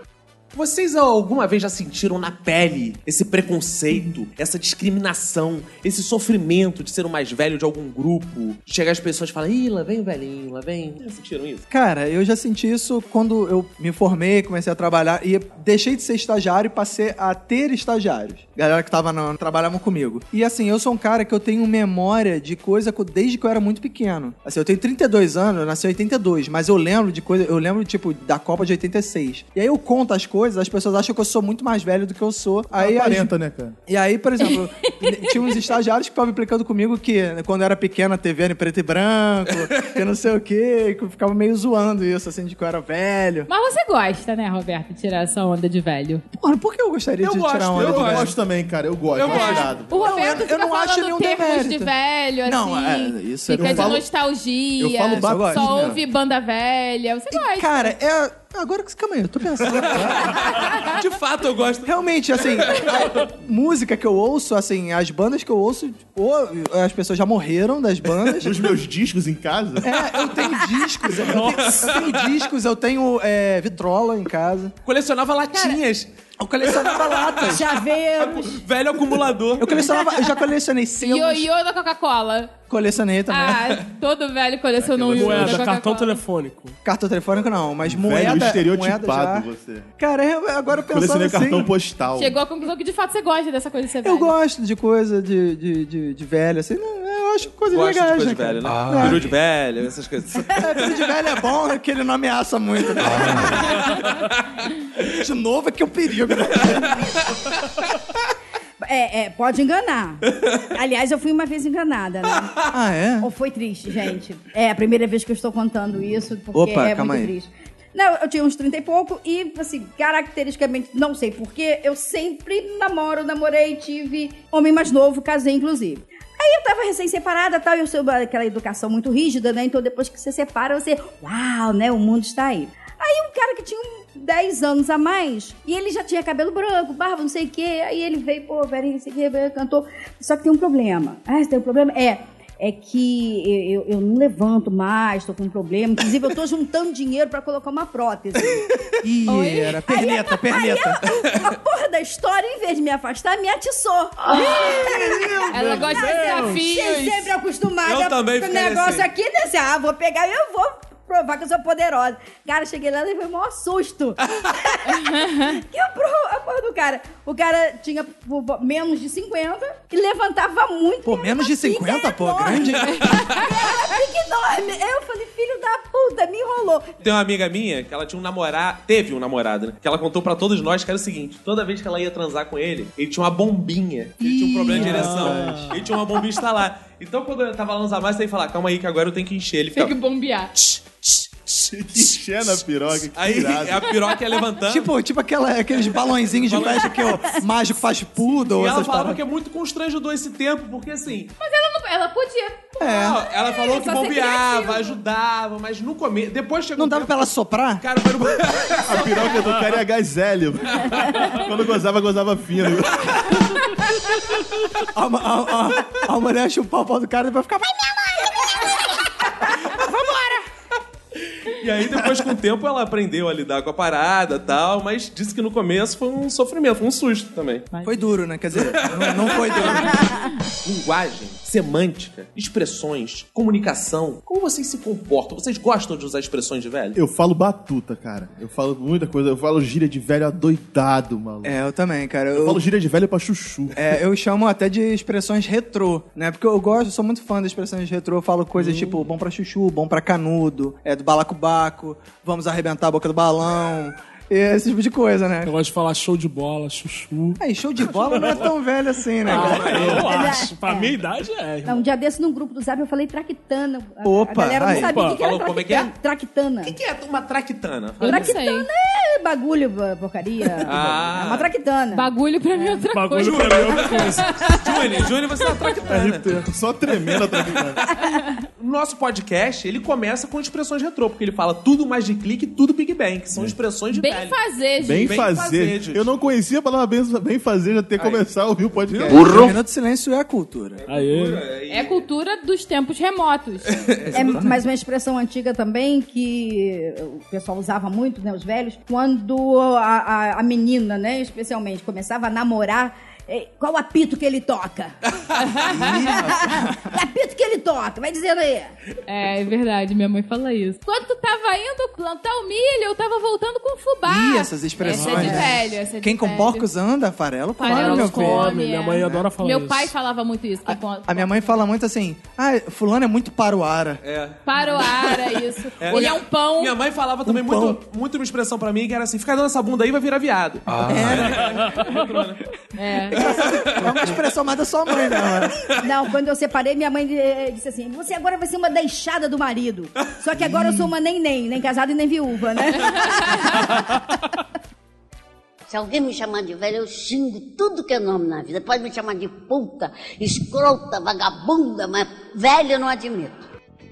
Vocês alguma vez já sentiram na pele esse preconceito, essa discriminação, esse sofrimento de ser o mais velho de algum grupo? Chegar as pessoas e falar, ih, lá vem o velhinho, lá vem. Já sentiram isso? Cara, eu já senti isso quando eu me formei, comecei a trabalhar e deixei de ser estagiário e passei a ter estagiários. Galera que tava no, trabalhavam comigo. E assim, eu sou um cara que eu tenho memória de coisa co- desde que eu era muito pequeno. Assim, eu tenho 32 anos, eu nasci em 82, mas eu lembro de coisa, eu lembro tipo da Copa de 86. E aí eu conto as coisas, as pessoas acham que eu sou muito mais velho do que eu sou. Aí as- 40, né, cara? e aí, por exemplo, tinha uns estagiários que estavam implicando comigo que né, quando eu era pequena a TV era em preto e branco, que não sei o quê, que eu ficava meio zoando isso, assim, de que eu era velho. Mas você gosta, né, Roberto, de tirar essa onda de velho? Porra, por que eu gostaria Eu de gosto, tirar eu, onda de velho? gosto também, cara. Eu gosto. Eu é gosto. irado. O Roberto eu fica não acho falando nenhum termos demérito. de velho, assim. Não, é, isso é Fica de verdade. nostalgia. Eu falo bastante, só né? ouve banda velha. Você gosta. Cara, é. Agora que calma aí, eu tô pensando. De fato, eu gosto. Realmente, assim, a música que eu ouço, assim, as bandas que eu ouço, ou as pessoas já morreram das bandas. Os meus discos em casa? É, eu tenho discos, eu tenho, eu tenho discos, eu tenho é, vitrola em casa. Colecionava latinhas. Eu colecionava latas. Chaveiros. Velho acumulador. Eu colecionava, eu já colecionei selos, Ioiô da Coca-Cola. colecionei também. Ah, todo velho colecionou um ioiô da Moeda, Coca-Cola. cartão telefônico. Cartão telefônico não, mas moeda, Velho moeda estereotipado já. você. Cara, eu- agora pensando Colecionei assim, cartão postal. Chegou à conclusão que de fato você gosta dessa coisa de ser velho. eu gosto de coisa de, de, de, de velho, assim, não- eu acho coisa Gosto legal, de coisa né, de cara? velho, né? Ah. Peru de velho, essas coisas. É, coisa de velho é bom, né, porque ele não ameaça muito. né? Ah. De novo é que é um perigo, né? É, é, pode enganar. Aliás, eu fui uma vez enganada, né? Ah, é? Ou foi triste, gente. É a primeira vez que eu estou contando isso, porque Opa, é calma muito aí. triste. Não, eu tinha uns 30 e pouco e, assim, caracteristicamente, não sei porquê, eu sempre namoro, namorei, tive homem mais novo, casei, inclusive. Aí eu tava recém-separada tal, e eu sou aquela educação muito rígida, né? Então depois que você separa, você, uau, né? O mundo está aí. Aí um cara que tinha um 10 anos a mais, e ele já tinha cabelo branco, barba, não sei o quê. Aí ele veio, pô, velho, não sei o quê, veio, cantou. Só que tem um problema. Ah, tem um problema? É, é que eu, eu- eu não levanto mais, tô com um problema. Inclusive, eu tô juntando dinheiro pra colocar uma prótese. Ih, era perneta, perneta. A, a porra da história, em vez de me afastar, me atiçou. É, Ela gosta de Fiquei desafios. sempre acostumada Eu também com o ficaria negócio assim. aqui, né? Assim, ah, vou pegar, eu vou provar que eu sou poderosa. Cara, cheguei lá e levei o maior susto. que eu pro- a porra do cara. O cara tinha pô, pô, menos de 50 e levantava muito. Pô, e menos de era pica 50, pô, assim, é enorme. grande. Era pique enorme. Eu falei, filho da puta, me enrolou. Tem uma amiga minha que ela tinha um namorado, teve um namorado, né? Que ela contou pra todos nós que era o seguinte: toda vez que ela ia transar com ele, ele tinha uma bombinha. Ele tinha um problema de ereção. Ele tinha uma bombinha instalada. Então quando eu tava lá nos amassos, ele falar, calma aí que agora eu tenho que encher. Ele Tem ficava. que bombear. Que Xena piroca, que Aí é irado. a piroca ia levantando. Tipo, tipo aquela, aqueles balãozinhos de festa que o mágico faz poodle, e ela essas falava paradas. que é muito constrangedor esse tempo, porque assim, Mas ela, não, ela podia. Não, ela falou é que só ser bombeava, criativa. ajudava, mas no começo. Depois chegou. Não um dava pra tempo- ela soprar? Cara, foi no A piroca do cara é a gazélio. Quando gozava, gozava fino. A, a- a- a mulher chupar o pau do cara e vai ficar. E aí, depois, com o tempo, ela aprendeu a lidar com a parada e tal, mas disse que no começo foi um sofrimento, foi um susto também. Foi duro, né? Quer dizer, não, não foi duro. Linguagem semântica, expressões, comunicação. Como vocês se comportam? Vocês gostam de usar expressões de velho? Eu falo batuta, cara. Eu falo muita coisa. Eu falo gíria de velho adoidado, maluco. É, eu também, cara. Eu Eu, falo gíria de velho pra chuchu. é, eu chamo até de expressões retrô, né? Porque eu gosto, eu sou muito fã das expressões retrô. Eu falo Hum. coisas tipo bom pra chuchu, bom pra canudo, é do balacobaco, vamos arrebentar a boca do balão, e esse tipo de coisa, né? Eu gosto de falar show de bola, chuchu. Aí, show de bola não é tão velho assim, né? Ah, cara? Ah, eu acho. Pra minha idade é. Não, um dia desse num grupo do Zap eu falei traquitana. A- Opa, a galera não aí. sabia o que que era Falou, como é que é? traquitana. Traquitana. O que, que é uma traquitana? Eu não sei. Traquitana é bagulho, ba- porcaria. Ah. É uma traquitana. Bagulho pra mim é outra Bagulho coisa. pra mim é outra coisa. Júnior, Júnior, você é uma traquitana. né? Só tremendo atrás de mim. Nosso podcast, ele começa com expressões retrô, porque ele fala tudo mais de clique e tudo Big Bang, que são expressões de Bem velho. fazer, gente. Bem Bem fazer. fazejo. Eu não conhecia a palavra bem, bem fazer até começar a ouvir o podcast. O Minuto de Silêncio é a cultura. Aí, É cultura dos tempos remotos. É mais uma expressão antiga também que o pessoal usava muito, né, os velhos, quando a, a- a menina, né, especialmente, começava a namorar. eh, Qual apito que ele toca? que apito que ele toca? Vai dizendo aí. É, é verdade, minha mãe fala isso. Quando tu tava indo plantar o milho, eu tava voltando com fubá. Ih, essas Essa é expressões, de né? velho, essa é de Quem com velho. porcos anda, farelo come, Farelo meu come, filho. come, minha é. mãe adora falar Meu isso. pai falava muito isso. que com- A minha mãe fala muito assim, ah, fulano é muito paruara. É. Para o ar, é isso. É, Ele minha- é um pão. Minha mãe falava também muito, muito uma expressão pra mim que era assim: fica dando essa bunda aí, vai virar viado. É. É uma expressão mais da sua mãe, né? mano? Não, quando eu separei, minha mãe eh, disse assim: Você agora vai ser uma deixada do marido. Só que agora eu sou uma nem-nem, nem casada e nem viúva, né? Se alguém me chamar de velho, eu xingo tudo que é nome na vida. Pode me chamar de puta, escrota, vagabunda, mas velho eu não admito.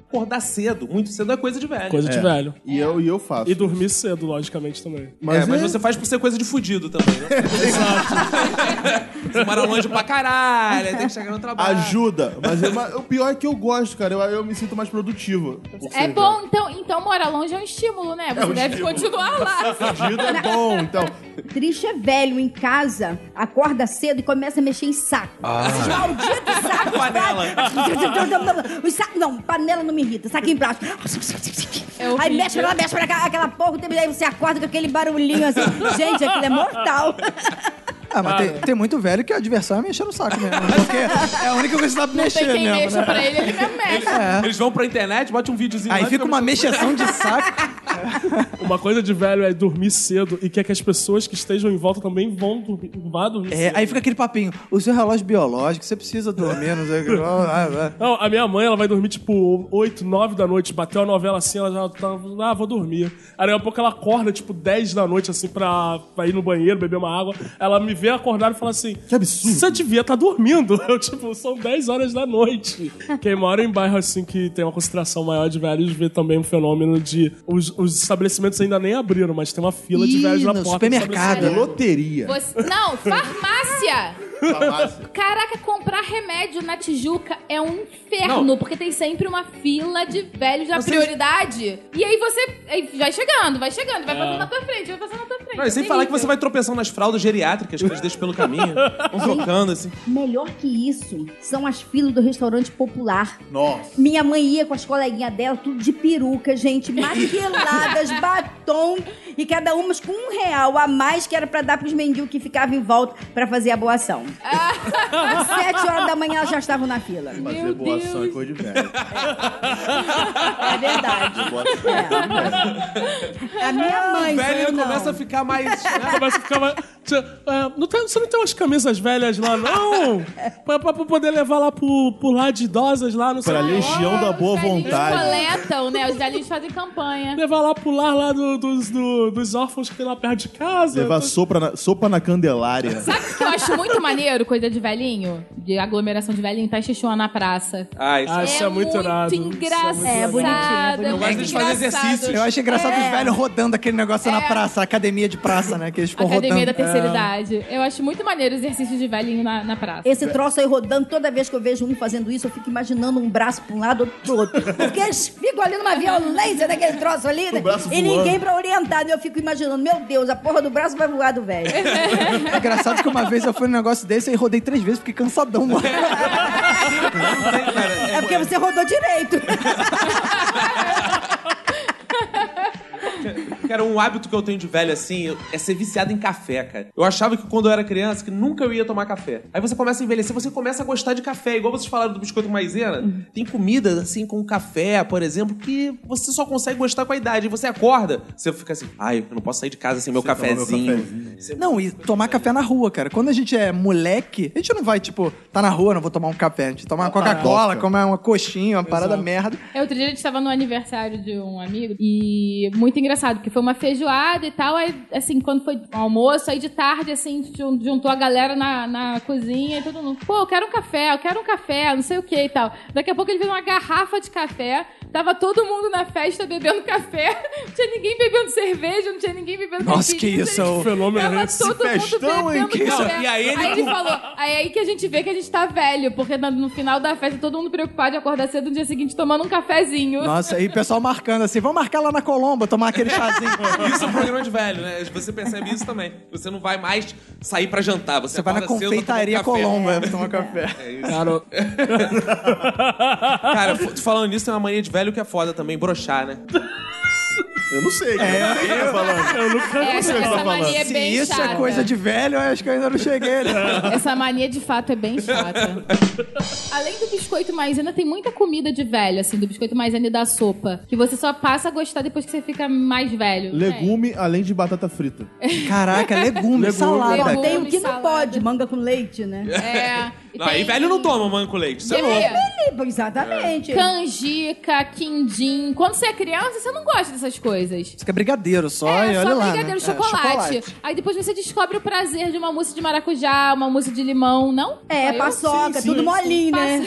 Acordar cedo, muito cedo é coisa de velho. coisa de velho. E eu, e eu faço. E dormir cedo, logicamente, também. Mas é, mas é- você faz por ser coisa de fudido também, né? Exato. você mora longe pra caralho, aí tem que chegar no trabalho. Ajuda. Mas, é- mas o pior é que eu gosto, cara. Eu, eu me sinto mais produtivo. Por É ser bom, então, então morar longe é um estímulo, né? Você deve continuar lá. Fudido é bom, então. Triste é velho em casa, acorda cedo e começa a mexer em saco. Esses malditos sacos. Panela. sabe? Os sacos, não, panela não me irrita, saquinho plástico. É Aí horrível. mexe pra lá, mexe pra cá, aquela porra, o tempo- aí você acorda com aquele barulhinho assim. Gente, aquilo é mortal. Ah, mas tem, tem muito velho que a diversão é mexer no saco mesmo. Porque é a única coisa que dá pra Não mexer tem quem mesmo, mexa né? pra ele, ele mesmo mexe. É. Eles vão pra internet, bota um videozinho Aí lá, fica uma mexeção de saco. Uma coisa de velho é dormir cedo e quer que as pessoas que estejam em volta também vão dormir, vá dormir É, cedo. aí fica aquele papinho. O seu relógio biológico, você precisa dormir, não sei o que. Ah, ah. Não, a minha mãe, ela vai dormir tipo 8, 9 da noite, bateu a novela assim, ela já tá, ah, vou dormir. Aí daqui a pouco ela acorda tipo 10 da noite assim pra, pra ir no banheiro, beber uma água. Ela me vê acordar e fala assim: "Que absurdo." Você devia estar dormindo". Eu tipo, são 10 horas da noite. Quem mora em bairro assim que tem uma concentração maior de velhos vê também um fenômeno de os, os estabelecimentos ainda nem abriram, mas tem uma fila de Ih, velhos na no porta. assim, do supermercado. estabelecimento. Loteria. Você- Não, farmácia! Farmácia. Caraca, comprar remédio na Tijuca é um inferno, Não. porque tem sempre uma fila de velhos na Você- prioridade. E aí você aí vai chegando, vai chegando, vai passando na tua frente, vai passando na tua frente. Não, e sem É falar que terrível. você vai tropeçando nas fraldas geriátricas que eles deixam pelo caminho. Vão trocando, assim. Melhor que isso são as filas do restaurante popular. Nossa. Minha mãe ia com as coleguinhas dela, tudo de peruca, gente, maquiladas, batom, e cada uma com um real a mais que era pra dar pros mendigos que ficavam em volta pra fazer a boa ação. Às sete horas da manhã elas já estavam na fila. Fazer Meu boa ação é Deus. coisa de velho. É verdade. Boa ação é coisa de velho. É. A minha mãe. O sou velho eu, ele não. começa a ficar mais. né? Começa a ficar mais- Tchê, é, não tem- você não tem umas camisas velhas lá, não? pra, pra- pra poder levar lá pro, pro lar de idosas lá, não sei Pra lá. legião da boa Os velhinhos vontade. coletam, né? Os velhinhos fazem campanha. Levar lá pro lar lá do- dos, do- dos órfãos que tem lá perto de casa. Levar sopa na, sopa na candelária. Sabe o que eu acho muito maneiro, coisa de velhinho? De aglomeração de velhinho, tá xixuã na praça. Ah, isso Ah, isso é muito irado. Isso é muito engraçado. irado. É, bonitinho, é bonitinho. muito gosto deles fazer engraçado. exercícios. Eu acho engraçado É. os velhos rodando aquele negócio na praça, academia de praça, né? Que eles ficam Academia da rodando. terceira É. idade. Eu acho muito maneiro o exercício de velhinho na, na praça. Esse troço aí rodando, toda vez que eu vejo um fazendo isso, eu fico imaginando um braço pra um lado, outro pro outro. Porque eles ficam ali numa violência daquele troço ali, né? braço E voando. ninguém pra orientar. né? Eu fico imaginando, meu Deus, a porra do braço vai voar do velho. É engraçado que uma vez eu fui num negócio desse e rodei três vezes, fiquei cansadão, mano. Não tem, cara. É, É porque você rodou direito. Cara, um hábito que eu tenho de velho, assim, é ser viciado em café, cara. Eu achava que quando eu era criança, que nunca eu ia tomar café. Aí você começa a envelhecer, você começa a gostar de café. Igual vocês falaram do biscoito maisena, Uhum. tem comida, assim, com café, por exemplo, que você só consegue gostar com a idade. E você acorda, você fica assim, ai, eu não posso sair de casa sem meu cafezinho. Não, e tomar café na rua, cara. Quando a gente é moleque, a gente não vai, tipo, tá na rua, não vou tomar um café. A gente toma uma Coca-Cola, Coca. come uma coxinha, uma parada merda. É, outro dia a gente tava no aniversário de um amigo e muito engraçado, porque foi uma feijoada e tal, aí, assim, quando foi almoço, aí de tarde, assim, jun- juntou a galera na, na cozinha e todo mundo, pô, eu quero um café, eu quero um café, não sei o que e tal. Daqui a pouco ele viu uma garrafa de café, tava todo mundo na festa bebendo café, não tinha ninguém bebendo cerveja, não tinha ninguém bebendo Nossa, caipirinha, que não tinha isso, é ninguém- ô. Fenômeno Tava esse todo festão, mundo hein, bebendo que isso- café. E aí ele- falou, aí é aí que a gente vê que a gente tá velho, porque na- no final da festa todo mundo preocupado de acordar cedo no dia seguinte tomando um cafezinho. Nossa, e o pessoal marcando assim, vamos marcar lá na Colomba, tomar aquele chazinho. Isso é um programa de velho, né? Você percebe isso também. Você não vai mais sair pra jantar. Você, Você vai na acorda cedo pra tomar um confeitaria café. Colomba tomar café. É isso. Cara, f- falando nisso, tem uma mania de velho que é foda também, broxar, né? Eu não sei, cara. Eu não sei o que tá falando. Eu nunca É, essa, tá essa mania é Se bem isso chata. é coisa de velho, eu acho que eu ainda não cheguei. Né? Essa mania de fato é bem chata. Além do biscoito maisena, tem muita comida de velho, assim, do biscoito maisena e da sopa. Que você só passa a gostar depois que você fica mais velho. Legume além de batata frita. Caraca, É. legume, Legume. salada. Legume. Tem o que não Salada. pode, manga com leite, né? É. e Não, aí tem- velho não toma manga com leite. Isso é Tem louco. É, Exatamente. Canjica, quindim. Quando você é criança, você não gosta dessas coisas. Isso que é brigadeiro só, e é, olha só lá. brigadeiro, né? É, chocolate. Aí depois você descobre o prazer de uma mousse de maracujá, uma mousse de limão, não? É, Eu- paçoca, tudo molinho, né?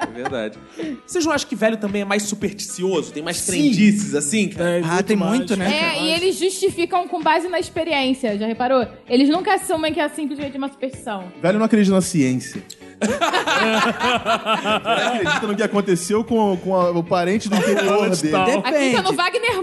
É verdade. Vocês não acham que velho também é mais supersticioso? Tem mais crendices, assim, cara? Ah, tem muito, né? É, e eles justificam com base na experiência, já reparou? Eles nunca assumem que é simplesmente uma superstição. Velho não acredita na ciência. É. Velho acredita no que aconteceu com, com a- o parente do interior Antes dele. tal. Deve- Aqui tá Depende. no Wagner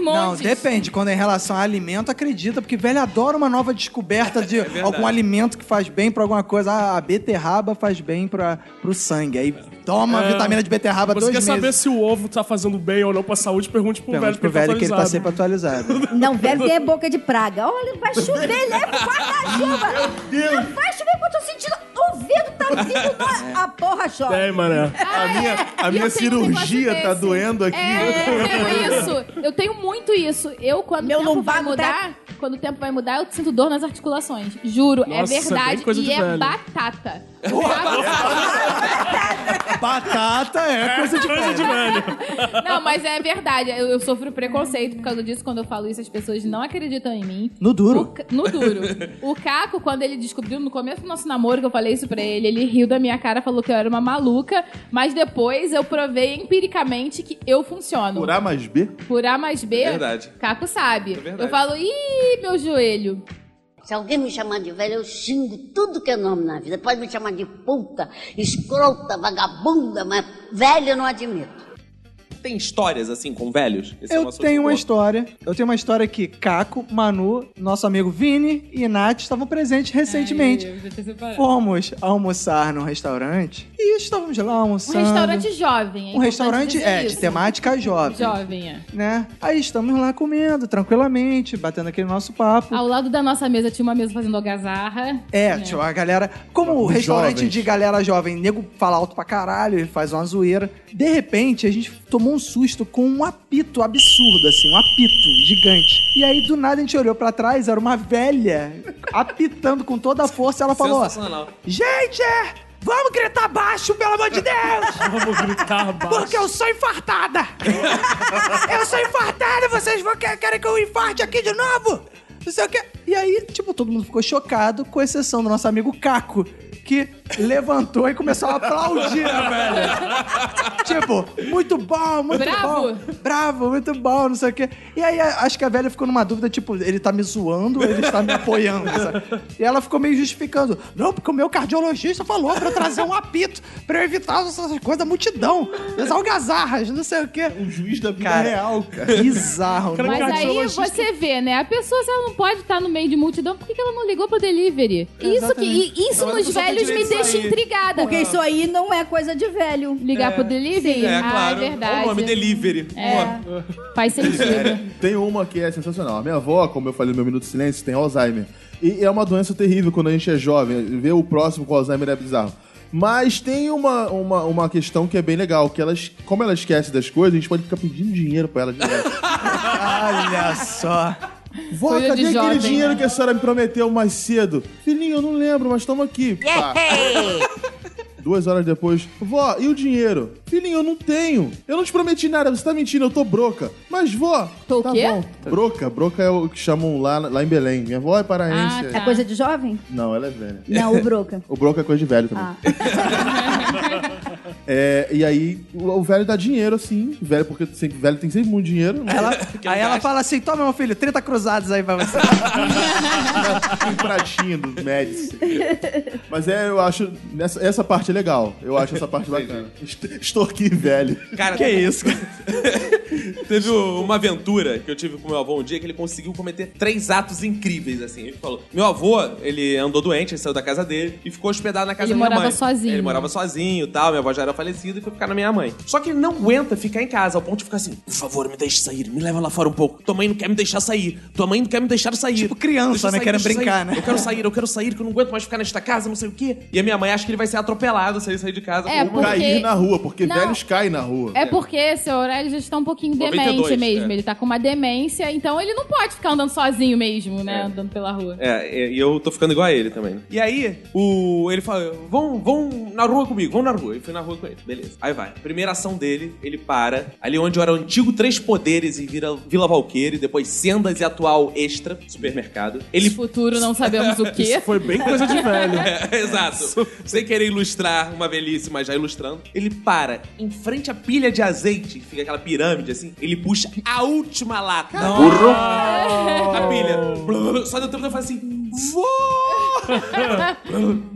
Não, Montes. depende. Quando é em relação a alimento, acredita, porque velho adora uma nova descoberta É de algum alimento que faz bem pra alguma coisa. Ah, a beterraba faz bem pra, pro sangue. Aí toma É. vitamina de beterraba dois Você quer meses. saber se o ovo tá fazendo bem ou não pra saúde? Pergunte pro Pergunte velho pro que ele tá velho que ele tá atualizado. sempre atualizado. Não, velho tem boca de praga. Olha, vai chover, leva o guarda-chuva. Deus. Não vai chover, porque eu tô sentindo... O vento tá vindo da... A porra chove. É, Tem, mané. Ah, A minha, é. a E minha eu tenho um negócio cirurgia tá desse. doendo aqui. É, eu tenho isso. Eu tenho muito isso. Eu, quando Meu o tempo vai lumbago tá- mudar, quando o tempo vai mudar, eu sinto dor nas articulações. Juro, é Nossa, verdade. bem coisa e de é velho. batata. Sabe? Batata é coisa de Coisa de Tá velho. velho. Não, mas é verdade. Eu, eu sofro preconceito por causa disso. Quando eu falo isso, as pessoas não acreditam em mim. No O duro. Ca- no duro. O Caco, quando ele descobriu no começo do nosso namoro, que eu falei isso pra ele, ele riu da minha cara, falou que eu era uma maluca, mas depois eu provei empiricamente que eu funciono. Por A mais B? Por A mais B, É verdade. Caco sabe. É verdade. eu falo, ih, meu joelho. Se alguém me chamar de velho, eu xingo tudo que é nome na vida. Pode me chamar de puta, escrota, vagabunda, mas velho eu não admito. Tem histórias, assim, com velhos? Esse é um Eu assunto tenho uma bom. história. Eu tenho uma história que Caco, Manu, nosso amigo Vini e Nath estavam presentes recentemente. Fomos almoçar num restaurante e estávamos lá Um almoçando. restaurante jovem, hein? Um restaurante é de temática jovem, Jovem, é. né? Aí estamos lá comendo tranquilamente, batendo aquele nosso papo. Ao lado da nossa mesa tinha uma mesa fazendo algazarra. É, tipo, a galera. Como o restaurante jovens. de galera jovem, nego fala alto pra caralho e faz uma zoeira. De repente, a gente tomou um susto com um apito absurdo, assim, um apito gigante. E aí, do nada, a gente olhou pra trás, era uma velha apitando com toda a força. Ela falou: Sensacional. Gente, é, vamos gritar baixo, pelo amor de Deus! Vamos gritar baixo. Porque eu sou infartada! eu sou infartada! Vocês vão que- querem que eu infarte aqui de novo? Não sei o quê. E aí, tipo, todo mundo ficou chocado, com exceção do nosso amigo Caco, que levantou e começou a aplaudir né, a velha. tipo, muito bom, muito Bravo. bom. Bravo, muito bom, não sei o quê. E aí, a- acho que a velha ficou numa dúvida, tipo, ele tá me zoando ou ele está me apoiando, sabe? E ela ficou meio justificando. Não, porque o meu cardiologista falou pra eu trazer um apito, pra eu evitar essas coisas da multidão, as algazarras, não sei o quê. O juiz da vida Cara. real, cara. Bizarro, um né? Mas aí você vê, né? A pessoa, se ela não pode estar no meio de multidão, por que que ela não ligou pro delivery? Isso que, e isso mas a nos pessoa tem velhos me direito de deixa aí. intrigada. Porque isso aí não é coisa de velho. Ligar pro delivery? É, ah, claro. é verdade. É. É o nome, delivery. O nome. Faz sentido. Tem uma que é sensacional. A minha avó, como eu falei no meu Minuto de Silêncio, tem Alzheimer. E é uma doença terrível quando a gente é jovem. Ver o próximo com Alzheimer é bizarro. Mas tem uma, uma, uma questão que é bem legal, que elas, como ela esquece das coisas, a gente pode ficar pedindo dinheiro pra ela direto. Olha só. Vó, Coisa de cadê aquele jovem, dinheiro né? que a senhora me prometeu mais cedo? Filhinho, eu não lembro, mas toma aqui. Pá. Duas horas depois, vó, e o dinheiro? Filhinho, eu não tenho. Eu não te prometi nada, você tá mentindo, eu tô broca. Mas, vó, Tô o tá quê? bom. Broca, broca é o que chamam lá, lá em Belém. Minha avó é paraense. Ah, É tá. coisa de jovem? Não, ela é velha. Não, o Broca. O broca é coisa de velho também. Ah. É, e aí, o, o velho dá dinheiro, assim. Velho, porque tem- velho tem sempre muito dinheiro. É né? Ela- aí ela fala assim: toma, meu filho, 30 cruzados aí pra você. um pratinho do Médici. Mas é, eu acho. nessa- essa parte é legal. Eu acho essa parte bacana. Est- Extorquir velho. Cara, um- Que isso? Teve o- uma aventura que eu tive com meu avô um dia que ele conseguiu cometer três atos incríveis, assim. Ele falou: Meu avô, ele andou doente, ele saiu da casa dele e ficou hospedado na casa Ele da minha morava mãe. sozinho. Ele morava sozinho e tal, minha avó já era falecida e foi ficar na minha mãe. Só que ele não aguenta ficar em casa, ao ponto de ficar assim: Por favor, me deixe sair, me leva lá fora um pouco. Tua mãe não quer me deixar sair, tua mãe não quer me deixar sair. Tipo criança, Deixa eu né? Querem deixa eu brincar, sair. né? Eu quero sair, eu quero sair, que eu não aguento mais ficar nesta casa, não sei o quê. E a minha mãe acha que ele vai ser atropelado se ele sair de casa. É, Ou- Porque- Cair na rua, porque Não. velhos caem na rua. É porque seu Aurélio já está um pouquinho 92, demente mesmo. é. Ele tá com uma demência, então ele não pode ficar andando sozinho mesmo, né? Andando pela rua. É, é, e eu tô ficando igual a ele também. né? E aí, o, ele fala: vão, vão na rua comigo, vão na rua. Eu fui na rua com ele, beleza. Aí vai. Primeira ação dele, ele para, ali onde era o antigo Três Poderes e vira Vila Valqueire, depois Sendas e atual Extra, supermercado. Ele. No futuro não sabemos o quê. Foi bem coisa de velho. É, exato. Sem querer ilustrar uma velhice, mas já ilustrando. Ele para em frente à pilha de azeite, que fica aquela pirâmide assim. Ele puxa a última lata. A pilha. Blum, Só deu tempo de eu falar assim: Vou!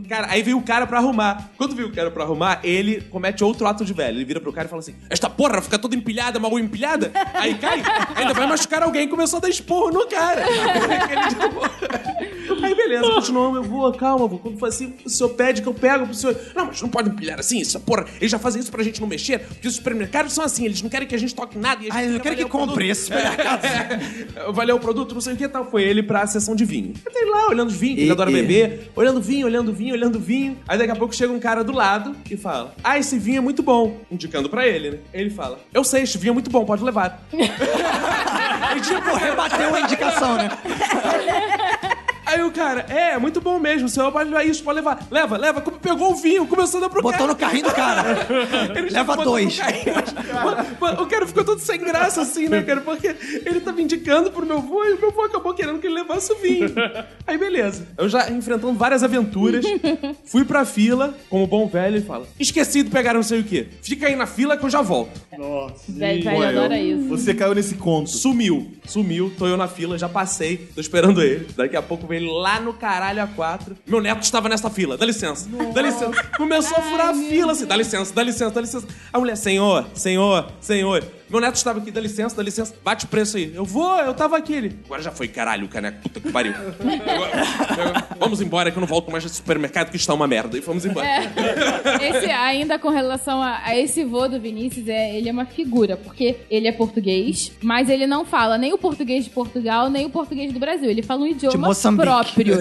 cara, aí veio o cara pra arrumar. Quando veio o cara pra arrumar, ele comete outro ato de velho. Ele vira pro cara e fala assim: Esta porra fica toda empilhada, mal empilhada. Aí cai, ainda vai machucar alguém. Começou a dar esporro no cara. Aquele de- aí beleza, continuamos. Eu vou, calma, vou. Quando for assim, o senhor pede que eu pego pro senhor. Não, mas não pode empilhar assim, essa porra. Eles já fazem isso pra gente não mexer, porque os supermercados são assim, eles não querem que a gente toque nada. E a Ah, gente eu quero quer que avaliar o produto." compre esse supermercado. É, valeu o produto, não sei o que tal. Foi ele pra sessão de vinho. Eu tô lá olhando os vinhos, que ele E- adora e- beber, olhando vinho, olhando vinho, olhando vinho. Aí daqui a pouco chega um cara do lado e fala: Ah, esse vinho é muito bom. Indicando pra ele, né? Ele fala: Eu sei, esse vinho é muito bom, pode levar. e tipo, rebateu a Indicação, né? Aí o cara, é, muito bom mesmo, senhor pode levar isso, pode levar. Leva, leva. Como Pegou o vinho, começou a dar pro Botou cara. no carrinho do cara. Ele Leva botou dois. no carrinho, mas- mas O cara ficou todo sem graça assim, né, cara? Porque ele tava indicando pro meu avô e o meu avô acabou querendo que ele levasse o vinho. Aí beleza. Eu já enfrentando várias aventuras, fui pra fila, como bom velho, e fala: esqueci de pegar não sei o quê. Fica aí na fila que eu já volto. Nossa. Velho, velho Ué, adora eu- isso. Você caiu nesse conto. Sumiu, sumiu, tô eu na fila, já passei, tô esperando ele. Daqui a pouco vem ele lá no caralho a quatro. Meu neto estava nessa fila, dá licença, dá licença. Começou a furar a fila assim, dá licença, dá licença, dá licença. A mulher, senhor, senhor, senhor. Meu neto estava aqui, dá licença, dá licença. Bate o preço aí. Eu vou, eu tava aqui. Ele. Agora já foi, caralho, caneco, puta que pariu. Agora- agora- vamos embora que eu não volto mais nesse supermercado que está uma merda. E fomos embora. Esse, ainda com relação a, a esse vô do Vinícius, é, ele é uma figura, porque ele é português, mas ele não fala nem o português de Portugal, nem o português do Brasil. Ele fala um idioma Moçambique. próprio.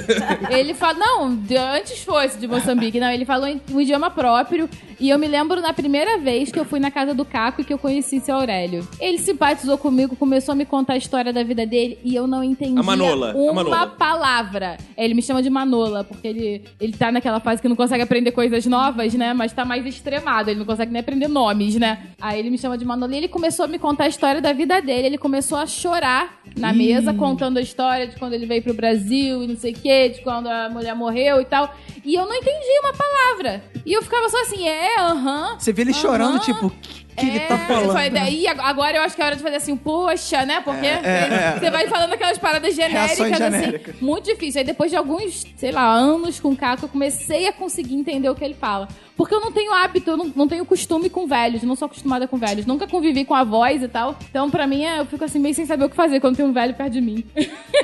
Ele fala. Não, de- antes fosse de Moçambique, não. Ele falou em- um idioma próprio. E eu me lembro na primeira vez que eu fui na casa do Caco e que eu conheci seu Aurélio. Ele simpatizou comigo, começou a me contar a história da vida dele e eu não entendi A Manola, a uma Manola. palavra. Ele me chama de Manola, porque ele, ele tá naquela fase que não consegue aprender coisas novas, né? Mas tá mais extremado, ele não consegue nem aprender nomes, né? Aí ele me chama de Manola e ele começou a me contar a história da vida dele. Ele começou a chorar na mesa, contando a história de quando ele veio pro Brasil e não sei o quê, de quando a mulher morreu e tal. E eu não entendi uma palavra. E eu ficava só assim, é, aham. Você vê ele chorando, aham. tipo, o que, que É, ele tá eu falando? falei, daí ag- agora eu acho que é hora de fazer assim, poxa, né? Porque você vai falando aquelas paradas genéricas, Reações assim, genéricas. muito difícil. Aí depois de alguns, sei lá, anos com o Caco, eu comecei a conseguir entender o que ele fala. Porque eu não tenho hábito, eu não, não tenho costume com velhos, não sou acostumada com velhos. Nunca convivi com avós e tal. Então, pra mim, é- eu fico assim, meio sem saber o que fazer quando tem um velho perto de mim.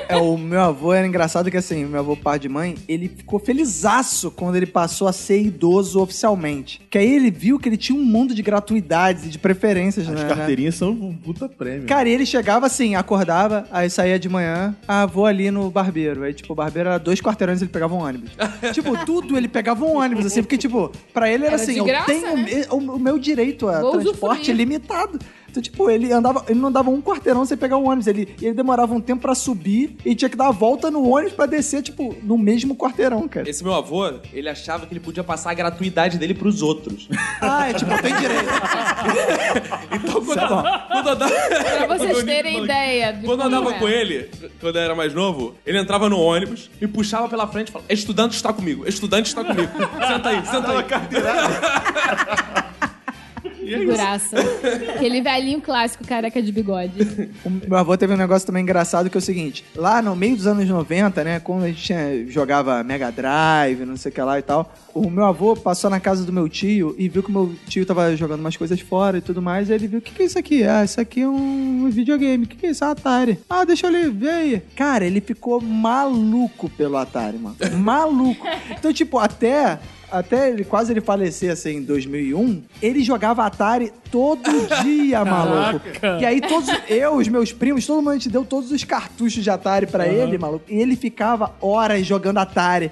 É, o meu avô era engraçado que assim, o meu avô par de mãe, ele ficou felizaço quando ele passou a ser idoso oficialmente. Que aí ele viu que ele tinha um mundo de gratuidades e de Ah, preferências, As né? carteirinhas são um puta prêmio. Cara, e ele chegava assim, acordava, aí saía de manhã, ah, vou ali no barbeiro. Aí, tipo, o barbeiro era dois quarteirões ele pegava um ônibus. tipo, tudo ele pegava um ônibus, assim, porque, tipo, pra ele era, Era assim, de eu graça, tenho né? o, o meu direito a Vou transporte usufruir. é limitado. Então, tipo, ele andava, ele não dava um quarteirão sem pegar um ônibus. Ele, ele demorava um tempo pra subir e tinha que dar a volta no ônibus pra descer, tipo, no mesmo quarteirão, cara. Esse meu avô, ele achava que ele podia passar a gratuidade dele pros outros. Ah, é tipo, eu tenho direito. Então, quando, eu, quando eu andava- Pra quando vocês eu- terem ideia de Quando eu como andava é. com ele, quando eu era mais novo, ele entrava no ônibus, me puxava pela frente e falava: Estudante está comigo, estudante está comigo. Senta aí, senta aí. é Figuraça. Aquele velhinho clássico careca de bigode. O meu avô teve um negócio também engraçado que é o seguinte: lá no meio dos anos 90, né, quando a gente tinha- jogava Mega Drive, não sei o que lá e tal, o meu avô passou na casa do meu tio e viu que o meu tio tava jogando umas coisas fora e tudo mais. E ele viu: o que, que é isso aqui? Ah, isso aqui é um videogame. O que, que é isso? Ah, Atari. Ah, deixa eu ler, vê aí. Cara, ele ficou maluco pelo Atari, mano. Maluco. Então, tipo, até até ele, quase ele falecer, assim, em 2001, ele jogava Atari todo dia, maluco. E aí todos, eu, os meus primos, todo mundo a gente deu todos os cartuchos de Atari pra ele, maluco. E ele ficava horas jogando Atari.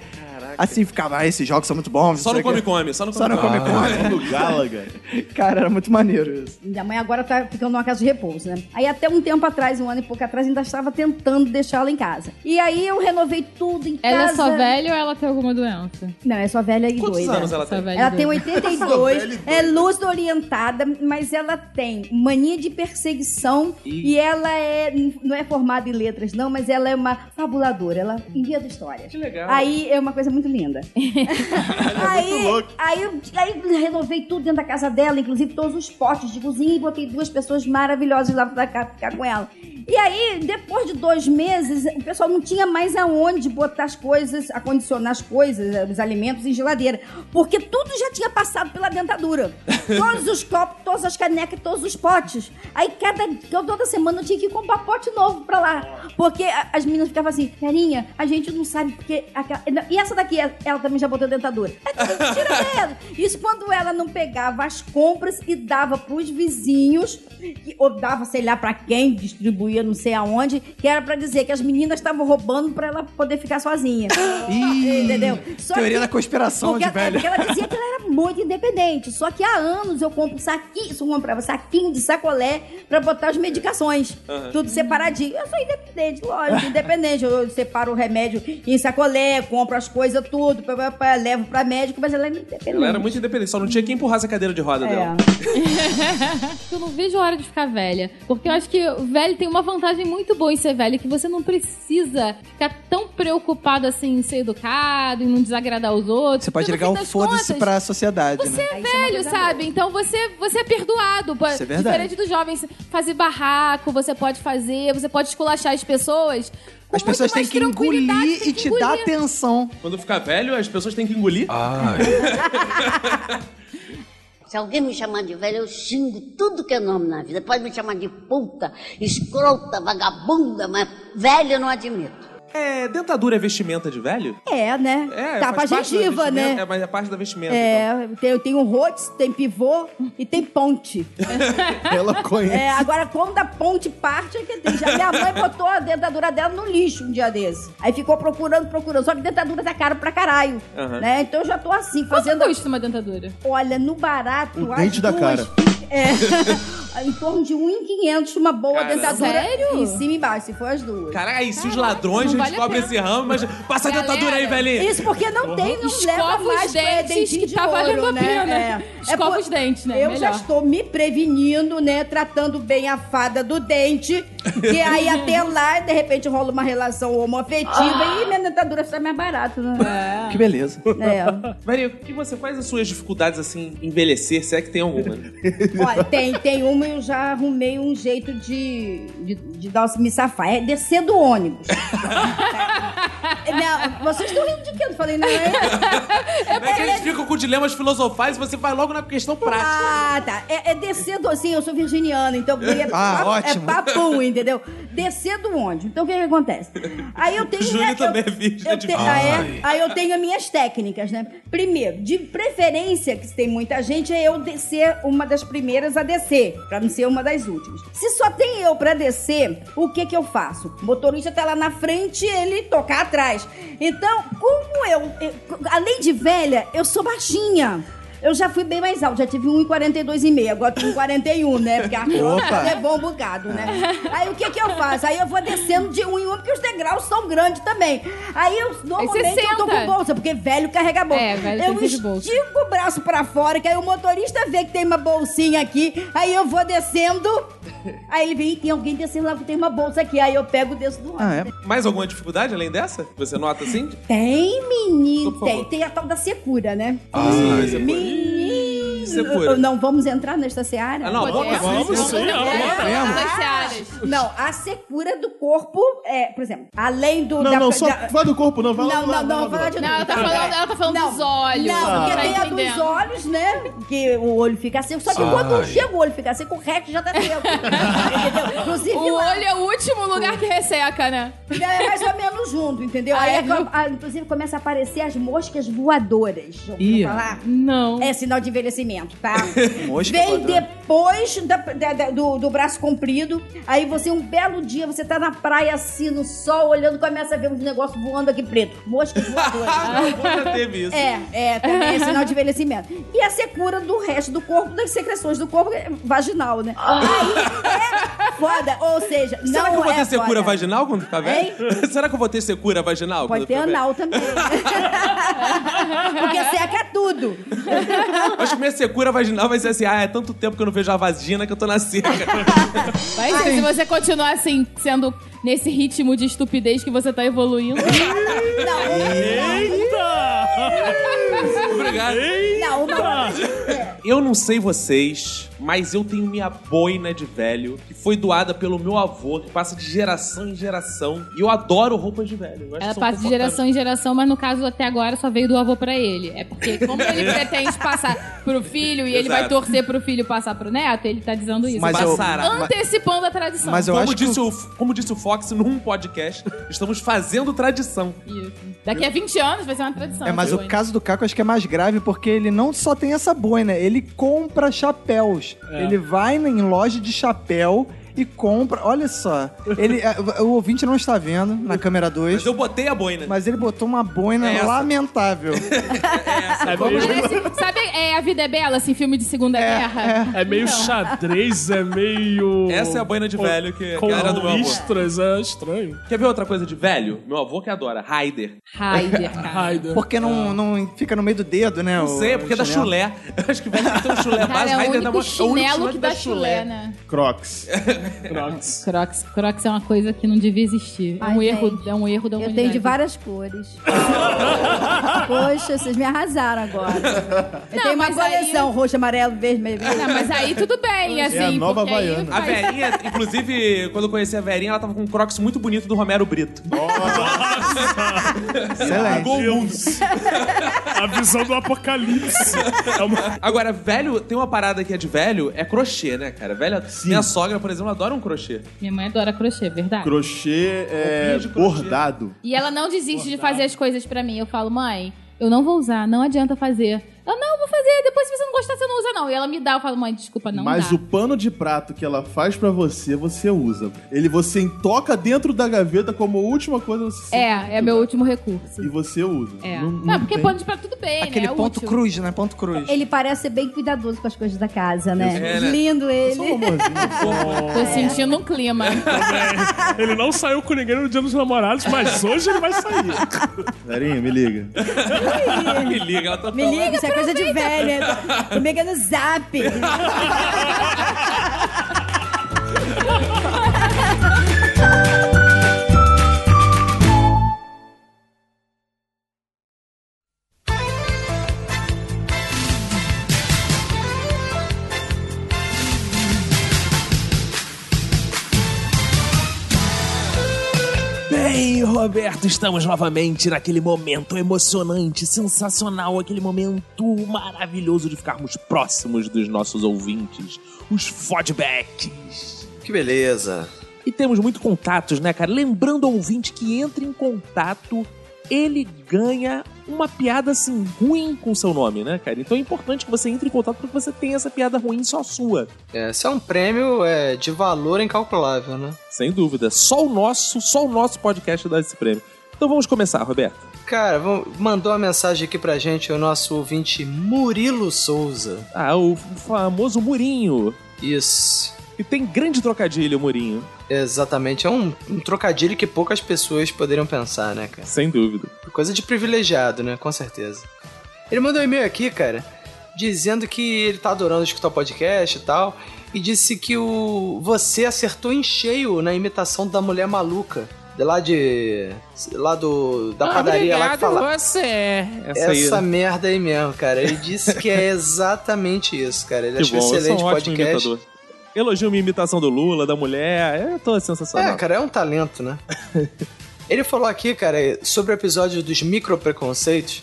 Assim, ficava, ah, esses jogos são muito bons. Só não sei no Ah. o quê." Come Come, só no Só Come no Come. Comic Con. Do Galaga. Cara, era muito maneiro isso. Minha mãe agora tá ficando numa casa de repouso, né? Aí até um tempo atrás, um ano e pouco atrás, ainda estava tentando deixá-la em casa. E aí eu renovei tudo em Ela casa. é só velha ou ela tem alguma doença? Não, é só velha e Quantos doida. anos ela Só tem? velha Ela é e tem doida. 82, é luz-orientada, mas ela tem mania de perseguição e ela é não é formada em letras, não, mas ela é uma fabuladora, ela inventa histórias. Que legal. Aí é uma coisa muito linda. aí, aí, eu- aí eu renovei tudo dentro da casa dela, inclusive todos os potes de cozinha, e botei duas pessoas maravilhosas lá pra cá- ficar com ela. E aí, depois de dois meses, o pessoal não tinha mais aonde botar as coisas, acondicionar as coisas, eh, os alimentos em geladeira. Porque tudo já tinha passado pela dentadura. Todos os copos, todas as canecas, todos os potes. Aí cada, toda semana eu tinha que comprar pote novo pra lá. Porque a- as meninas ficavam assim, carinha, a gente não sabe porque... aquela- E essa daqui, ela- ela também já botou dentadura. Aí tudo tira dela. Isso quando ela não pegava as compras e dava pros vizinhos, que- ou dava, sei lá, pra quem, distribuía não sei aonde, que era pra dizer que as meninas estavam roubando pra ela poder ficar sozinha. Ih, Entendeu? Só teoria que- da conspiração porque de ela- é, velho. porque ela dizia que ela era muito independente. Só que há anos eu compro saquinho, eu comprava saquinho de sacolé pra botar as medicações. Tudo separadinho. Eu sou independente, lógico, independente. Eu, eu separo o remédio em sacolé, compro as coisas, tudo, pá, pá, pá, levo pra médico, mas ela é independente. Ela era muito independente, só não tinha quem empurrasse a cadeira de roda dela. É. Eu não vejo a hora de ficar velha. Porque eu acho que o velho tem uma vantagem muito boa em ser velho, que você não precisa ficar tão preocupado assim em ser educado, em não desagradar os outros. Você pode porque no ligar fim um das foda-se contas, pra sociedade, Você né? é isso é uma velho, coisa sabe? Então você, você é perdoado. Isso é verdade. Diferente dos jovens, fazer barraco, você pode fazer, você pode esculachar as pessoas. com As muito pessoas têm mais que tranquilidade, engolir tem e que te dar engolir. atenção. Quando ficar velho, as pessoas têm que engolir. Ah. Ai, Se alguém me chamar de velho, eu xingo tudo que é nome na vida. Pode me chamar de puta, escrota, vagabunda, mas velho eu não admito. É, dentadura é vestimenta de velho? É, né? É, Tapa a faz parte da gengiva, vestimenta, É, né? mas é parte da vestimenta. então. É, tem, eu tenho rotes, tem pivô e tem ponte. Ela conhece. É, agora, quando a ponte parte, é que tem. Já minha mãe botou a dentadura dela no lixo um dia desse. Aí ficou procurando, procurando. Só que dentadura tá caro pra caralho. Aham. Né? Então eu já tô assim, Quanto fazendo. custa uma dentadura? Olha, no barato, O as dente da duas- cara. É. em torno de 1,500 uma boa Caramba. dentadura. Sério? Em cima e embaixo, se for as duas. Caralho, se os ladrões não vale a descobrem pena. esse ramo, mas passa a Galera, dentadura aí, velhinho. Isso porque Uhum. não tem, não Escova leva os mais pra dentes dentinho que de tá ouro, valendo a né? pena. Escova por- os dentes, né? Eu já Melhor. estou me prevenindo, né? Tratando bem a fada do dente. Que aí até lá, de repente, rola uma relação homoafetiva e minha dentadura sai mais barato, né? Que beleza. É. Velhinho, o que você faz as suas dificuldades assim, envelhecer, se é que tem alguma? né? Olha, tem, tem uma eu já arrumei um jeito de, de, de dar, me safar. É descer do ônibus. Minha- vocês estão rindo de quê? Eu não falei, não é? Como é que eles ficam com dilemas filosofais e você vai logo na questão prática? Ah, tá. É, é descer do. Assim, eu sou virginiana, então é, Ah, papo- ótimo. é papum, entendeu? Descer do onde? Então o que, que acontece? Aí eu tenho. Júlio eu- também é virgem, eu de te- fato. ah, é? Aí eu tenho as minhas técnicas, né? Primeiro, de preferência, que se tem muita gente, é eu descer uma das primeiras a descer, pra não ser uma das últimas. Se só tem eu pra descer, o que que eu faço? O motorista tá lá na frente, ele tocar atrás. Então, como eu, eu- além de velha, eu sou baixinha. Eu já fui bem mais alto, já tive 1,42,5, agora tô com 41, né? Porque a Opa! é bom bocado, né? Aí o que que eu faço? Aí eu vou descendo de um em um, porque os degraus são grandes também. Aí eu normalmente eu senta. tô com bolsa, porque velho carrega bolsa. É, velho eu tem que de bolsa. estico o braço pra fora, que aí o motorista vê que tem uma bolsinha aqui, aí eu vou descendo, aí ele vem, "Ih, tem alguém descendo lá, tem uma bolsa aqui, aí eu pego desço do lado. Ah, é. Mais alguma dificuldade além dessa? Você nota assim? Tem, Por menino, favor. tem. Tem a tal da secura, né? Ah, você foi- Menino! Secura. Não, vamos entrar nesta seara? Ah, não, vamos, vamos Vamos sim, agora. Nas searas. Não, a secura do corpo é, por exemplo, além do. Não, da- não, só da- vai do corpo, não. Vai Não, lá, não, lá, não, lá, não, lá. falar de É. Não, ela tá falando, ela tá falando Não. dos olhos. Não, porque tá tem a entendendo. dos olhos, né? Que o olho fica seco. Só que quando chega o olho fica seco, o resto já tá seco. entendeu? Inclusive, O lá, olho é o último lugar que resseca, né? é mais ou menos junto, entendeu? Ah, Aí, é, acaba- viu? ah, inclusive, começa a aparecer as moscas voadoras. Já ouviu Ih. falar? Não. É sinal de envelhecimento, tá? Mosca Vem voadora. depois da- da- da- do, do braço comprido. Aí você, um belo dia, você tá na praia assim, no sol, olhando, começa a ver uns negócios voando aqui preto. Mosca voadora. Ah, meu avô já teve isso. É, é, também é sinal de envelhecimento. E a secura do resto do corpo, das secreções do corpo é vaginal, né? Aí é foda, ou seja, não Ah. Será que eu vou é ter secura foda. vaginal quando ficar velho? Será que eu vou ter secura vaginal Pode quando ter ficar velho? anal também. Porque seca tudo. Acho que minha secura vaginal vai ser assim, ah, é tanto tempo que eu não vejo a vagina que eu tô na seca. Vai ser. Se você continuar assim, sendo nesse ritmo de estupidez que você tá evoluindo. Eita! Obrigado. Não, uma Eu não sei vocês, mas eu tenho minha boina de velho, que foi doada pelo meu avô, que passa de geração em geração. E eu adoro roupas de velho. Eu acho que são Ela passa de confortáveis. geração em geração, mas no caso até agora só veio do avô pra ele. É porque como ele pretende passar pro filho e ele vai Exato. torcer pro filho passar pro neto, ele tá dizendo isso. Mas eu- Passará. Antecipando a tradição. Mas eu Como acho que disse, o, como disse o Fox num podcast, estamos fazendo tradição. Isso. Daqui a 20 anos vai ser uma tradição. É, mas essa o coisa. caso do Caco acho que é mais grave porque ele não só tem essa boina, ele compra chapéus. É. Ele vai em loja de chapéu e compra. Olha só. Ele, é, o ouvinte não está vendo na câmera Mas 2, eu botei a boina. mas ele botou uma boina É essa. lamentável. É meio, Parece- sabe é, A Vida é Bela, assim, filme de Segunda Guerra? é meio xadrez, é meio. Essa é a boina de velho que- com que era do meu avô. listras, é estranho. Quer ver outra coisa de velho? Meu avô que adora, Raider. Raider, cara. Raider. Porque não, não fica no meio do dedo, né? É. Não sei, é porque dá chulé. Acho que velho que tem um chulé Cara, básico, é o Raider dá uma- é único o único chinelo que dá chulé, né? Crocs. Crocs. Crocs, Crocs é uma coisa que não devia existir. É Ai, um gente. erro, é um erro da Eu humanidade. tenho de várias cores. Poxa, vocês me arrasaram agora. Eu Não, tenho uma mas aí- coleção roxo, amarelo, verde, meio. Não, mas aí tudo bem, assim. a nova porque aí Havaiana. A faz- velhinha, inclusive, quando eu conheci a velhinha, ela tava com um crocs muito bonito do Romero Brito. Excelente. Gol mundo. A visão do apocalipse. É uma... Agora, velho, tem uma parada que é de velho, é crochê, né, cara? Velha, minha sogra, por exemplo, adora um crochê. Minha mãe adora crochê, verdade. Crochê é Roupinha de crochê. bordado. E ela não desiste de fazer as coisas pra mim. Eu falo, mãe, eu não vou usar, não adianta fazer. Ela, não, eu vou fazer, depois se você não gostar, você não usa, não. E ela me dá, eu falo, mãe, desculpa, não Mas dá. o pano de prato que ela faz pra você, você usa. Ele você toca dentro da gaveta como última coisa. Você É, é meu último recurso. E você usa. É. Não, Não, não porque tem. pano de prato tudo bem, Aquele né? É ponto útil. cruz, né? Ponto cruz. Ele parece ser bem cuidadoso com as coisas da casa, né? É, né? Lindo Eu sou um ele. amorzinho. Tô sentindo um clima. Ele não saiu com ninguém no dia dos namorados, mas hoje ele vai sair. Galerinha, me liga. Me liga, ela tá um Me liga, isso é coisa de velho. né? Comigo é no zap. Bem, Roberto, estamos novamente naquele momento emocionante, sensacional, aquele momento maravilhoso de ficarmos próximos dos nossos ouvintes, os feedbacks. Que beleza. E temos muito contatos, né, cara? Lembrando ao ouvinte que entra em contato, ele ganha uma piada assim ruim com seu nome, né, cara? Então é importante que você entre em contato porque você tem essa piada ruim só sua. É, Esse é um prêmio é, de valor incalculável, né? Sem dúvida. Só o nosso, só o nosso podcast dá esse prêmio. Então vamos começar, Roberto. Cara, vamo- mandou uma mensagem aqui pra gente o nosso ouvinte Murilo Souza. Ah, o famoso Murinho. Isso. E tem grande trocadilho, Murinho. Exatamente, é um, um trocadilho que poucas pessoas poderiam pensar, né, cara? Sem dúvida. Coisa de privilegiado, né? Com certeza. Ele mandou um e-mail aqui, cara, dizendo que ele tá adorando escutar o podcast e tal. E disse que o você acertou em cheio na imitação da mulher maluca. De lá de. Lá do. Da padaria lá que fala. você. Essa, Essa, aí. né? merda aí mesmo, cara. Ele disse que é exatamente isso, cara. Ele Que achou bom, eu sou excelente um o ótimo podcast. imitador. Elogio minha imitação do Lula, da mulher, é toda sensacional. É, cara, é um talento, né? ele falou aqui, cara, sobre o episódio dos micropreconceitos.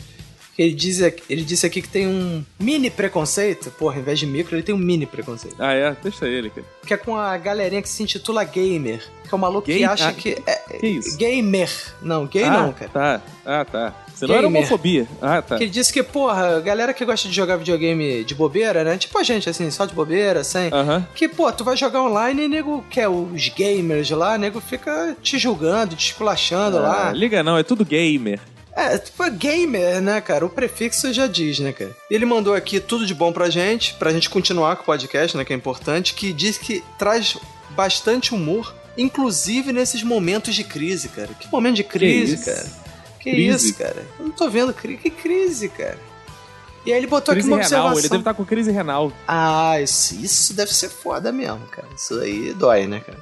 que Ele, diz, aqui- ele disse aqui que tem um mini preconceito. Porra, ao invés de micro, ele tem um mini preconceito. Ah, é? Deixa ele, cara. Que é com a galerinha que se intitula gamer. Que é o maluco que Gay- acha ah, que. É, Que isso? gamer. Não, gay ah, não, cara. Tá, ah, tá. Senão era Gamer. homofobia. Ah, tá. Que ele disse que, porra, a galera que gosta de jogar videogame de bobeira, né? Tipo a gente, assim, só de bobeira, sem. Aham. Que, pô, tu vai jogar online e nego quer os gamers lá, nego fica te julgando, te esculachando Ah, lá. liga não, é tudo gamer. É, tipo, é gamer, né, cara? O prefixo já diz, né, cara? Ele mandou aqui tudo de bom pra gente, pra gente continuar com o podcast, né, que é importante, que diz que traz bastante humor, inclusive nesses momentos de crise, cara. Que momento de crise, isso? cara? Que Crise? isso, cara? Eu não tô vendo crise. Que crise, cara? E aí ele botou Crise aqui uma renal, observação. ele deve estar com crise renal. Ah, isso, isso deve ser foda mesmo, cara. Isso aí dói, né, cara?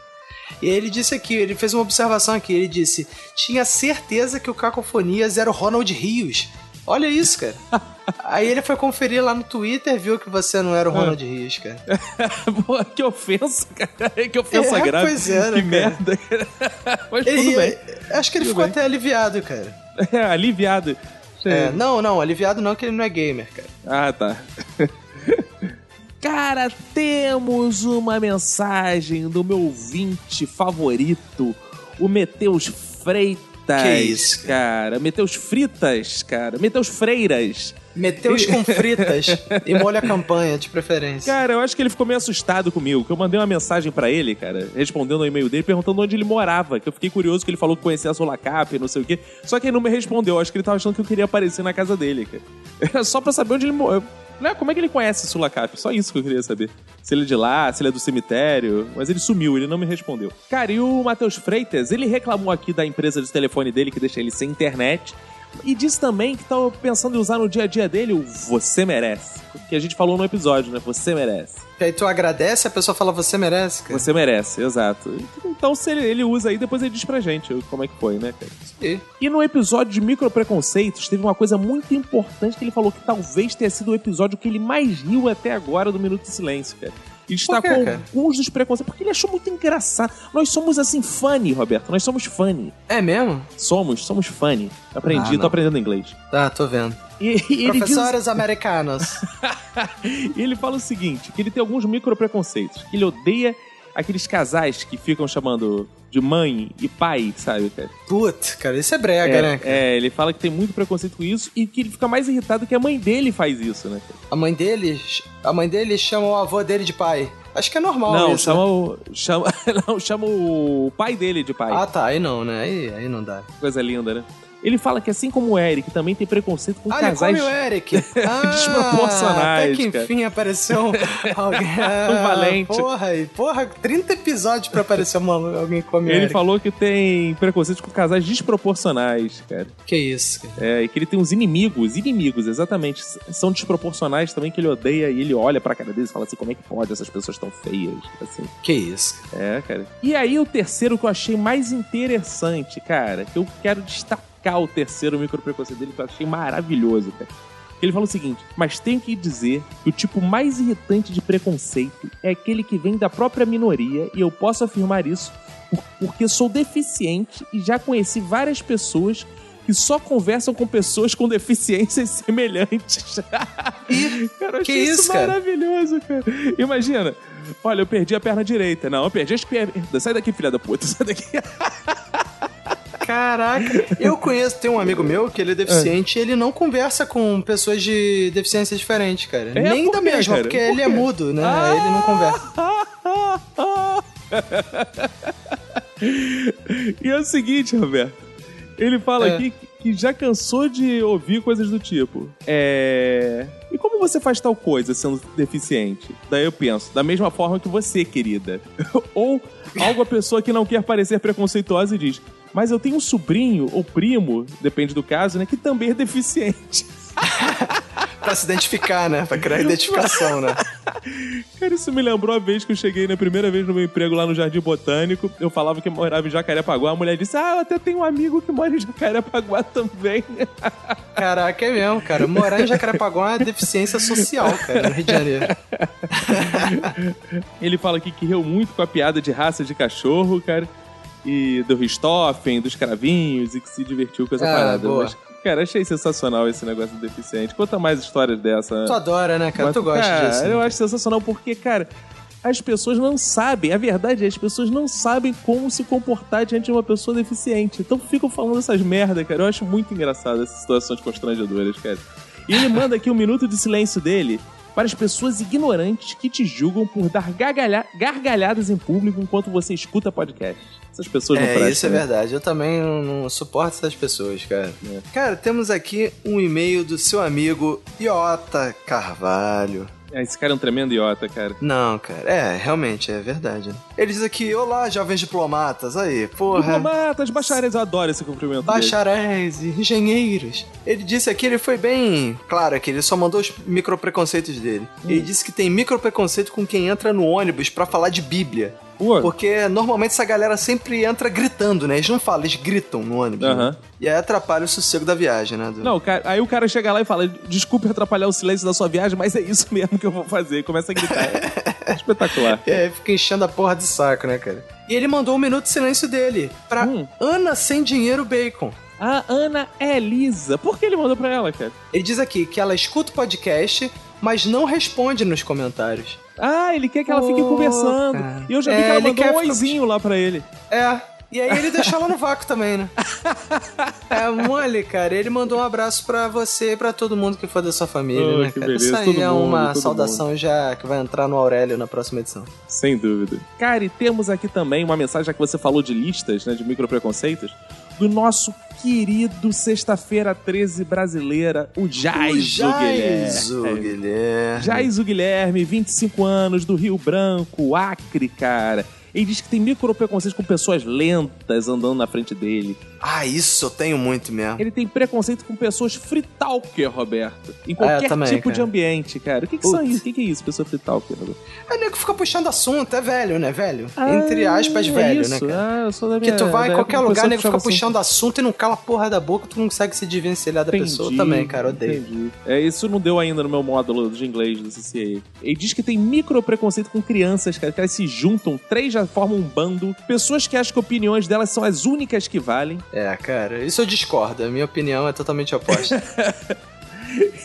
E aí ele disse aqui, ele fez uma observação aqui, ele disse: tinha certeza que o Cacofonias era o Ronald Rios. Olha isso, cara. aí ele foi conferir lá no Twitter, viu que você não Ah. era o Ronald Rios, cara. Pô, que ofensa, cara. Que ofensa É, grave. pois que é, né, cara? merda, cara. Mas Ele- eh, tudo bem. Acho que ele Tudo ficou bem. até aliviado, cara. É, aliviado. É, não, não, aliviado não, que ele não é gamer, cara. Ah, tá. Cara, temos uma mensagem do meu ouvinte favorito, o Meteus Freitas. Que isso, cara? Meteus Fritas, cara. Meteus Freiras. Meteu os com fritas e molha a campanha, de preferência. Cara, eu acho que ele ficou meio assustado comigo, que eu mandei uma mensagem pra ele, cara, respondendo ao e-mail dele, perguntando onde ele morava, que eu fiquei curioso que ele falou que conhecia a Solacap, não sei o quê. Só que ele não me respondeu, eu acho que ele tava achando que eu queria aparecer na casa dele, cara. Era só pra saber onde ele morava. Né? Como é que ele conhece Sulacap? Só isso que eu queria saber. Se ele é de lá, se ele é do cemitério. Mas ele sumiu, ele não me respondeu. Cara, e o Matheus Freitas, ele reclamou aqui da empresa de telefone dele que deixa ele sem internet. E disse também que tava pensando em usar no dia a dia dele o Você Merece. Que a gente falou no episódio, né? Você merece. E aí tu agradece, a pessoa fala, você merece, cara. Você merece, exato. Então, se ele, ele usa aí, depois ele diz pra gente como é que foi, né, cara? E- E no episódio de micropreconceitos, teve uma coisa muito importante que ele falou que talvez tenha sido o episódio que ele mais riu até agora do Minuto de Silêncio, cara. E destacou quê, cara? alguns dos preconceitos, porque ele achou muito engraçado. Nós somos, assim, funny, Roberto. Nós somos funny. É mesmo? Somos, somos funny. Aprendi, Ah, não. tô aprendendo inglês. Tá, tô vendo. E, e ele diz Professores americanos. e ele fala o seguinte, que ele tem alguns micropreconceitos, que ele odeia aqueles casais que ficam chamando de mãe e pai, sabe, cara? Putz, cara, isso é brega, né? cara? é, ele fala que tem muito preconceito com isso e que ele fica mais irritado que a mãe dele faz isso, né? cara? A mãe dele. A mãe dele chama o avô dele de pai. Acho que é normal não, isso. chama né? o chama, não, chama o pai dele de pai. Ah, tá, aí não, né? Aí, aí não dá. Coisa linda, né? Ele fala que assim como o Eric também tem preconceito com Ah, ele casais come o Eric. Ah, Desproporcionais, Até que cara. enfim apareceu alguém. Ah, Um valente. Porra, e porra, 30 episódios pra aparecer uma, alguém que come o Ele Eric. falou que tem preconceito com casais desproporcionais, cara. Que isso, cara. É, e que ele tem uns inimigos, inimigos, exatamente. S- São desproporcionais também, que ele odeia e ele olha pra cara deles e fala assim: como é que pode essas pessoas tão feias? Assim, Que isso. cara. é, cara. E aí, o terceiro que eu achei mais interessante, cara, que eu quero destacar o terceiro micropreconceito dele, que eu achei maravilhoso, cara. Ele fala o seguinte: mas tenho que dizer que o tipo mais irritante de preconceito é aquele que vem da própria minoria, e eu posso afirmar isso por porque sou deficiente e já conheci várias pessoas que só conversam com pessoas com deficiências semelhantes. cara, eu que achei isso, cara? maravilhoso, cara. Imagina. Olha, eu perdi a perna direita. Não, eu perdi as pernas. Sai daqui, filha da puta. Sai daqui. Caraca, eu conheço, tem um amigo meu que ele é deficiente e ele não conversa com pessoas de deficiência diferente, cara. É, Nem por da quê, mesma, cara? porque Por ele é quê? mudo, né? Ele não conversa. E é o seguinte, Roberto. Ele fala É. aqui que- que já cansou de ouvir coisas do tipo. É. E como você faz tal coisa sendo deficiente? Daí eu penso, da mesma forma que você, querida. ou algo a pessoa que não quer parecer preconceituosa e diz, mas eu tenho um sobrinho ou primo, depende do caso, né? Que também é deficiente. Ah! Pra se identificar, né? Pra criar identificação, né? Cara, isso me lembrou a vez que eu cheguei na primeira vez no meu emprego lá no Jardim Botânico. Eu falava que morava em Jacarepaguá. A mulher disse: Ah, eu até tenho um amigo que mora em Jacarepaguá também. Caraca, é mesmo, cara. Morar em Jacarepaguá é uma deficiência social, cara, no Rio de Janeiro. Ele fala aqui que riu muito com a piada de raça de cachorro, cara. E do Ristoffen, dos cravinhos, e que se divertiu com essa Ah, parada. boa. Mas, cara, achei sensacional esse negócio do deficiente. Conta mais histórias dessa. Tu adora, né, cara? Mas, Tu gosta cara, disso. né? Eu acho sensacional porque, cara, as pessoas não sabem. A verdade é as pessoas não sabem como se comportar diante de uma pessoa deficiente. Então ficam falando essas merda, cara. Eu acho muito engraçado essas situações constrangedoras, cara. E ele manda aqui um minuto de silêncio dele para as pessoas ignorantes que te julgam por dar gargalha- gargalhadas em público enquanto você escuta podcast. Essas pessoas não É, prestam, isso é né? verdade. Eu também não, não suporto essas pessoas, cara. Cara, temos aqui um e-mail do seu amigo Iota Carvalho. É, Esse cara é um tremendo idiota, cara. Não, cara. É, realmente, é verdade. né? Ele diz aqui, olá, jovens diplomatas. Aí, porra. Diplomatas, bacharéis, tá, eu adoro esse cumprimento. bacharéis, engenheiros. Ele disse aqui, ele foi bem claro aqui, ele só mandou os micropreconceitos dele. Hum. Ele disse que tem micropreconceito com quem entra no ônibus pra falar de Bíblia. Pô. Porque normalmente essa galera sempre entra gritando, né? Eles não falam, eles gritam no ônibus. Aham. né? E aí atrapalha o sossego da viagem, né? do- Não, o cara- aí o cara chega lá e fala: Desculpe atrapalhar o silêncio da sua viagem, mas é isso mesmo que eu vou fazer. E Começa a gritar. Espetacular. É, fica enchendo a porra de saco, né, cara? E ele mandou um minuto de silêncio dele pra Hum. Ana Sem Dinheiro Bacon. A Ana é lisa. Por que ele mandou pra ela, cara? Ele diz aqui que ela escuta o podcast, mas não responde nos comentários. Ah, ele quer que ela fique Pô, conversando. cara. E eu já vi É, que ela ele mandou quer um ficar- oizinho lá pra ele. É. E aí ele deixou ela no vácuo também, né? É mole, cara. Ele mandou um abraço pra você e pra todo mundo que for da sua família, Oh, né, que cara? beleza, Isso aí todo é mundo, uma todo saudação já que vai entrar no Aurélio na próxima edição. Sem dúvida. Cara, e temos aqui também uma mensagem já que você falou de listas, né? De micropreconceitos. Do nosso querido Sexta-feira 13 brasileira, o Jaizo, Jaiso, Guilherme. Guilherme. Jaiso Guilherme, 25 anos, do Rio Branco, Acre, cara. Ele diz que tem micropreconceito com pessoas lentas andando na frente dele. Ah, isso eu tenho muito mesmo. Ele tem preconceito com pessoas fritalker, Roberto. Em Ah, qualquer eu também, tipo cara. de ambiente, cara. O que, que são Putz. isso? O que, que é isso, pessoa fritalker? Roberto? É nego que fica puxando assunto, é velho, né, velho? Entre aspas, é velho, isso. né, cara? Ah, eu sou da Porque minha, tu vai em da qualquer época que assim. o lugar, pessoal nego fica puxava assunto. puxando assunto e não cala a porra da boca, tu não consegue se desvencilhar da pessoa também, cara. Odeio. entendi. É, isso não deu ainda no meu módulo de inglês do CCA. Ele diz que tem micro preconceito com crianças, cara, que elas se juntam, três já formam um bando, pessoas que acham que opiniões delas são as únicas que valem. É, cara, isso eu discordo. A minha opinião é totalmente oposta.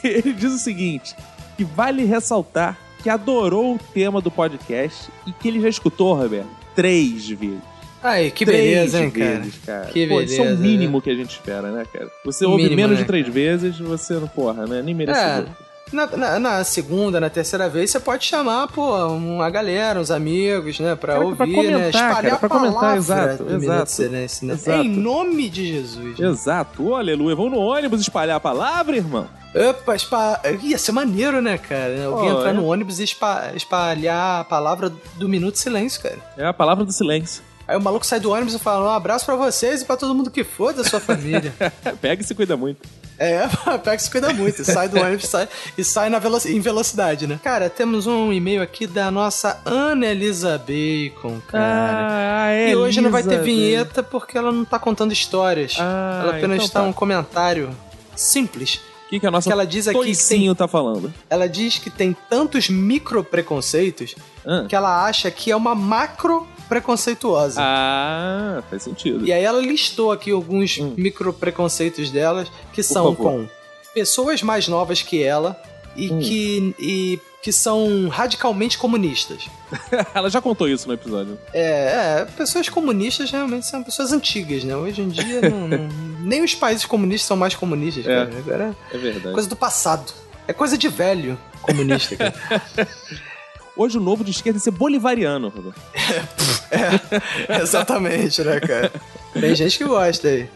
Ele diz o seguinte: que vale ressaltar que adorou o tema do podcast e que ele já escutou, Roberto, três vezes. Aí, que Três beleza, hein, cara? vezes, cara. Que Pô, isso é o beleza, mínimo que a gente espera, né, cara? Você ouve Mínimo, menos né, de três vezes, você não, porra, né? Nem merecido. É. Na, na- na segunda, na terceira vez, você pode chamar, pô, uma galera, uns amigos, né, pra Cara, ouvir, pra né, comentar, espalhar cara, pra comentar, palavra exato, do Minuto de exato, Silêncio, né? exato. Em nome de Jesus. né? Exato, Ô, aleluia. Vamos no ônibus espalhar a palavra, irmão? Opa, espa... ia ser maneiro, né, cara? Alguém Pô, entrar é. no ônibus e espa- espalhar a palavra do Minuto de Silêncio, cara. É a palavra do silêncio. Aí o maluco sai do ônibus e fala, um abraço pra vocês e pra todo mundo que for da sua família. É, Pega e se cuida muito. É, o Apex cuida muito, sai do ônibus sai, e sai na velo- em velocidade, né? Cara, temos um e-mail aqui da nossa Ana Elisa Bacon, cara. ah, é. e hoje não vai ter Elizabeth. vinheta porque ela não tá contando histórias. Ah, ela apenas então tá tá. um comentário simples. O que, que a nossa Que ela diz aqui que tem, toicinho tá falando? ela diz que tem tantos micro preconceitos Ah. que ela acha que é uma macro preconceituosa. Ah, faz sentido. E aí ela listou aqui alguns micro preconceitos delas, que são Hum. favor. Hum. com pessoas mais novas que ela e que e que são radicalmente comunistas. Ela já contou isso no episódio. É, é, pessoas comunistas realmente são pessoas antigas, né? Hoje em dia não- não- nem os países comunistas são mais comunistas, É. cara. Agora É é verdade. coisa do passado. É coisa de velho comunista, cara. Hoje o novo de esquerda é ser bolivariano, Roberto. Exatamente, né, cara? Tem gente que gosta aí.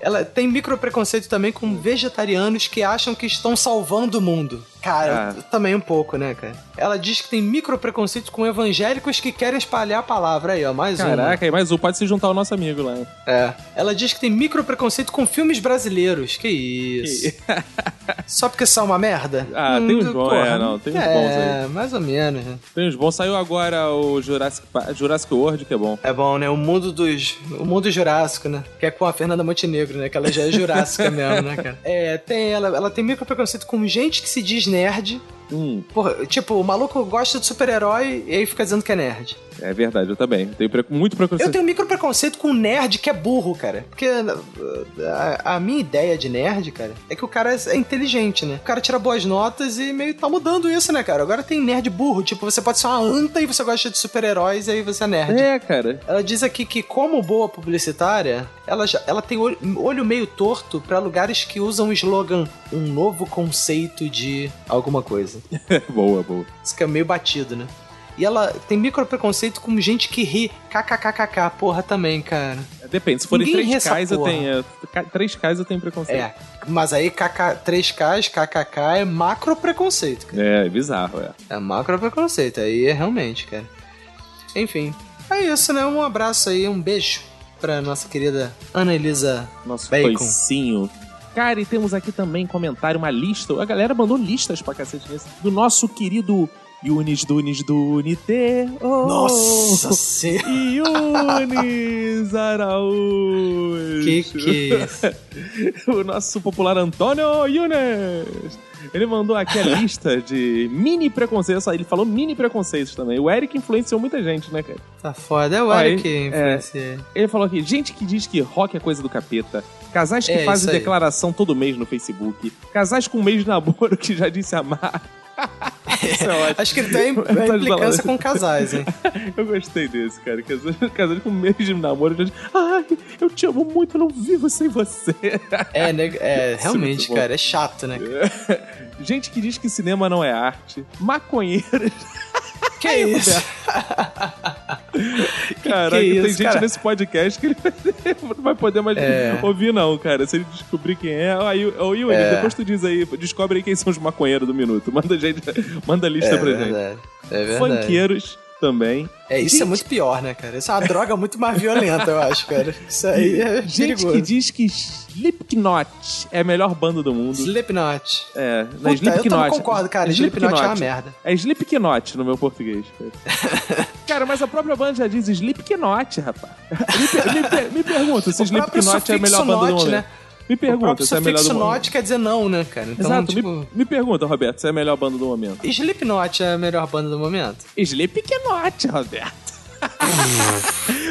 Ela tem micro preconceito também com vegetarianos que acham que estão salvando o mundo. Cara, Ah. também um pouco, né, cara? Ela diz que tem micro preconceito com evangélicos que querem espalhar a palavra aí, ó, mais um. Caraca, e mais um, pode se juntar ao nosso amigo lá. É. Ela diz que tem micro preconceito com filmes brasileiros. Que isso. Só porque são uma merda? Ah, tem uns bons, é, não, tem uns bons É, mais ou menos, né? Tem uns bons. Saiu agora o Jurassic, Pa- Jurassic World, que é bom. É bom, né? O mundo dos. O mundo jurássico, né? Que é com a Fernanda Montenegro, né? Que ela já é jurássica mesmo, né, cara? É, tem ela. Ela tem micro preconceito com gente que se diz nerd. Hum, Porra, tipo, o maluco gosta de super-herói e aí fica dizendo que é nerd. é verdade, eu também. Tenho pre- muito Eu preconceito. tenho micro preconceito com nerd que é burro, cara. Porque uh, a, a minha ideia de nerd, cara, é que o cara é inteligente, né? O cara tira boas notas e meio tá mudando isso, né, cara? Agora tem nerd burro. Tipo, você pode ser uma anta e você gosta de super-heróis e aí você é nerd. É, cara. Ela diz aqui que, como boa publicitária, ela, já, ela tem olho, olho meio torto pra lugares que usam o slogan um novo conceito de alguma coisa. boa, boa. Isso que é meio batido, né? E ela tem micro preconceito com gente que ri. KKKKK, porra, também, cara. É, Depende, se forem Ninguém ri 3Ks essa eu porra. tenho. é, Três ks eu tenho preconceito. É, mas aí KK, 3Ks, KKK é macro preconceito. cara. É, é bizarro, é. É macro preconceito, aí é realmente, cara. Enfim, é isso, né? Um abraço aí, um beijo pra nossa querida Ana Elisa Nosso É, Bacon. coicinho. Cara, e temos aqui também comentário, uma lista. A galera mandou listas pra cacete nesse. Do nosso querido Yunis Dunis Dunite. Oh, Nossa senhora! Yunis Araújo. Que que é isso? O nosso popular Antônio Yunes. Ele mandou aqui a lista de mini preconceitos. Ele falou mini preconceitos também. O Eric influenciou muita gente, né, cara? Tá foda, é o Aí, Eric que é. influencia. Ele falou aqui, gente que diz que rock é coisa do capeta, casais que É, fazem isso aí. declaração todo mês no Facebook, casais com um mês de namoro que já disse amar. Isso é ótimo. Acho que ele tem Tá a falando. implicância com casais, hein? Eu gostei desse, cara. Casais, casais com um mês de namoro já disse, ai, eu te amo muito, eu não vivo sem você. É, né? É, muito realmente, bom. cara, é chato, né? Gente que diz que cinema não é arte, maconheiro. Que isso? Caraca, que tem isso, gente cara? nesse podcast que ele não vai poder mais É. ouvir, não, cara. Se ele descobrir quem é. Ó, Aí, ô, Yuri, depois tu diz aí, descobre aí quem são os maconheiros do minuto. Manda, a gente, manda a lista É pra gente. verdade. É verdade. Funkeiros também. É, isso é muito pior, né, cara? Isso é uma droga muito mais violenta, eu acho, cara. Isso aí é Gente que perigoso. diz que Slipknot é a melhor banda do mundo. Slipknot. É, Puta, na Slipknot. eu também concordo, cara. Slipknot, é uma merda. É Slipknot no meu português. cara. Cara, mas a própria banda já diz Slipknot, rapaz. Me, per- me per- me pergunta se O próprio Slipknot é a melhor sufixo banda do not, mundo. né? Me O pergunta próprio se é a melhor sufixo do mundo. not quer dizer não, né, cara? Então, Exato, me- tipo... me, pergunta, Roberto, se é a melhor banda do momento. Slipknot é a melhor banda do momento? Slipknot, Roberto.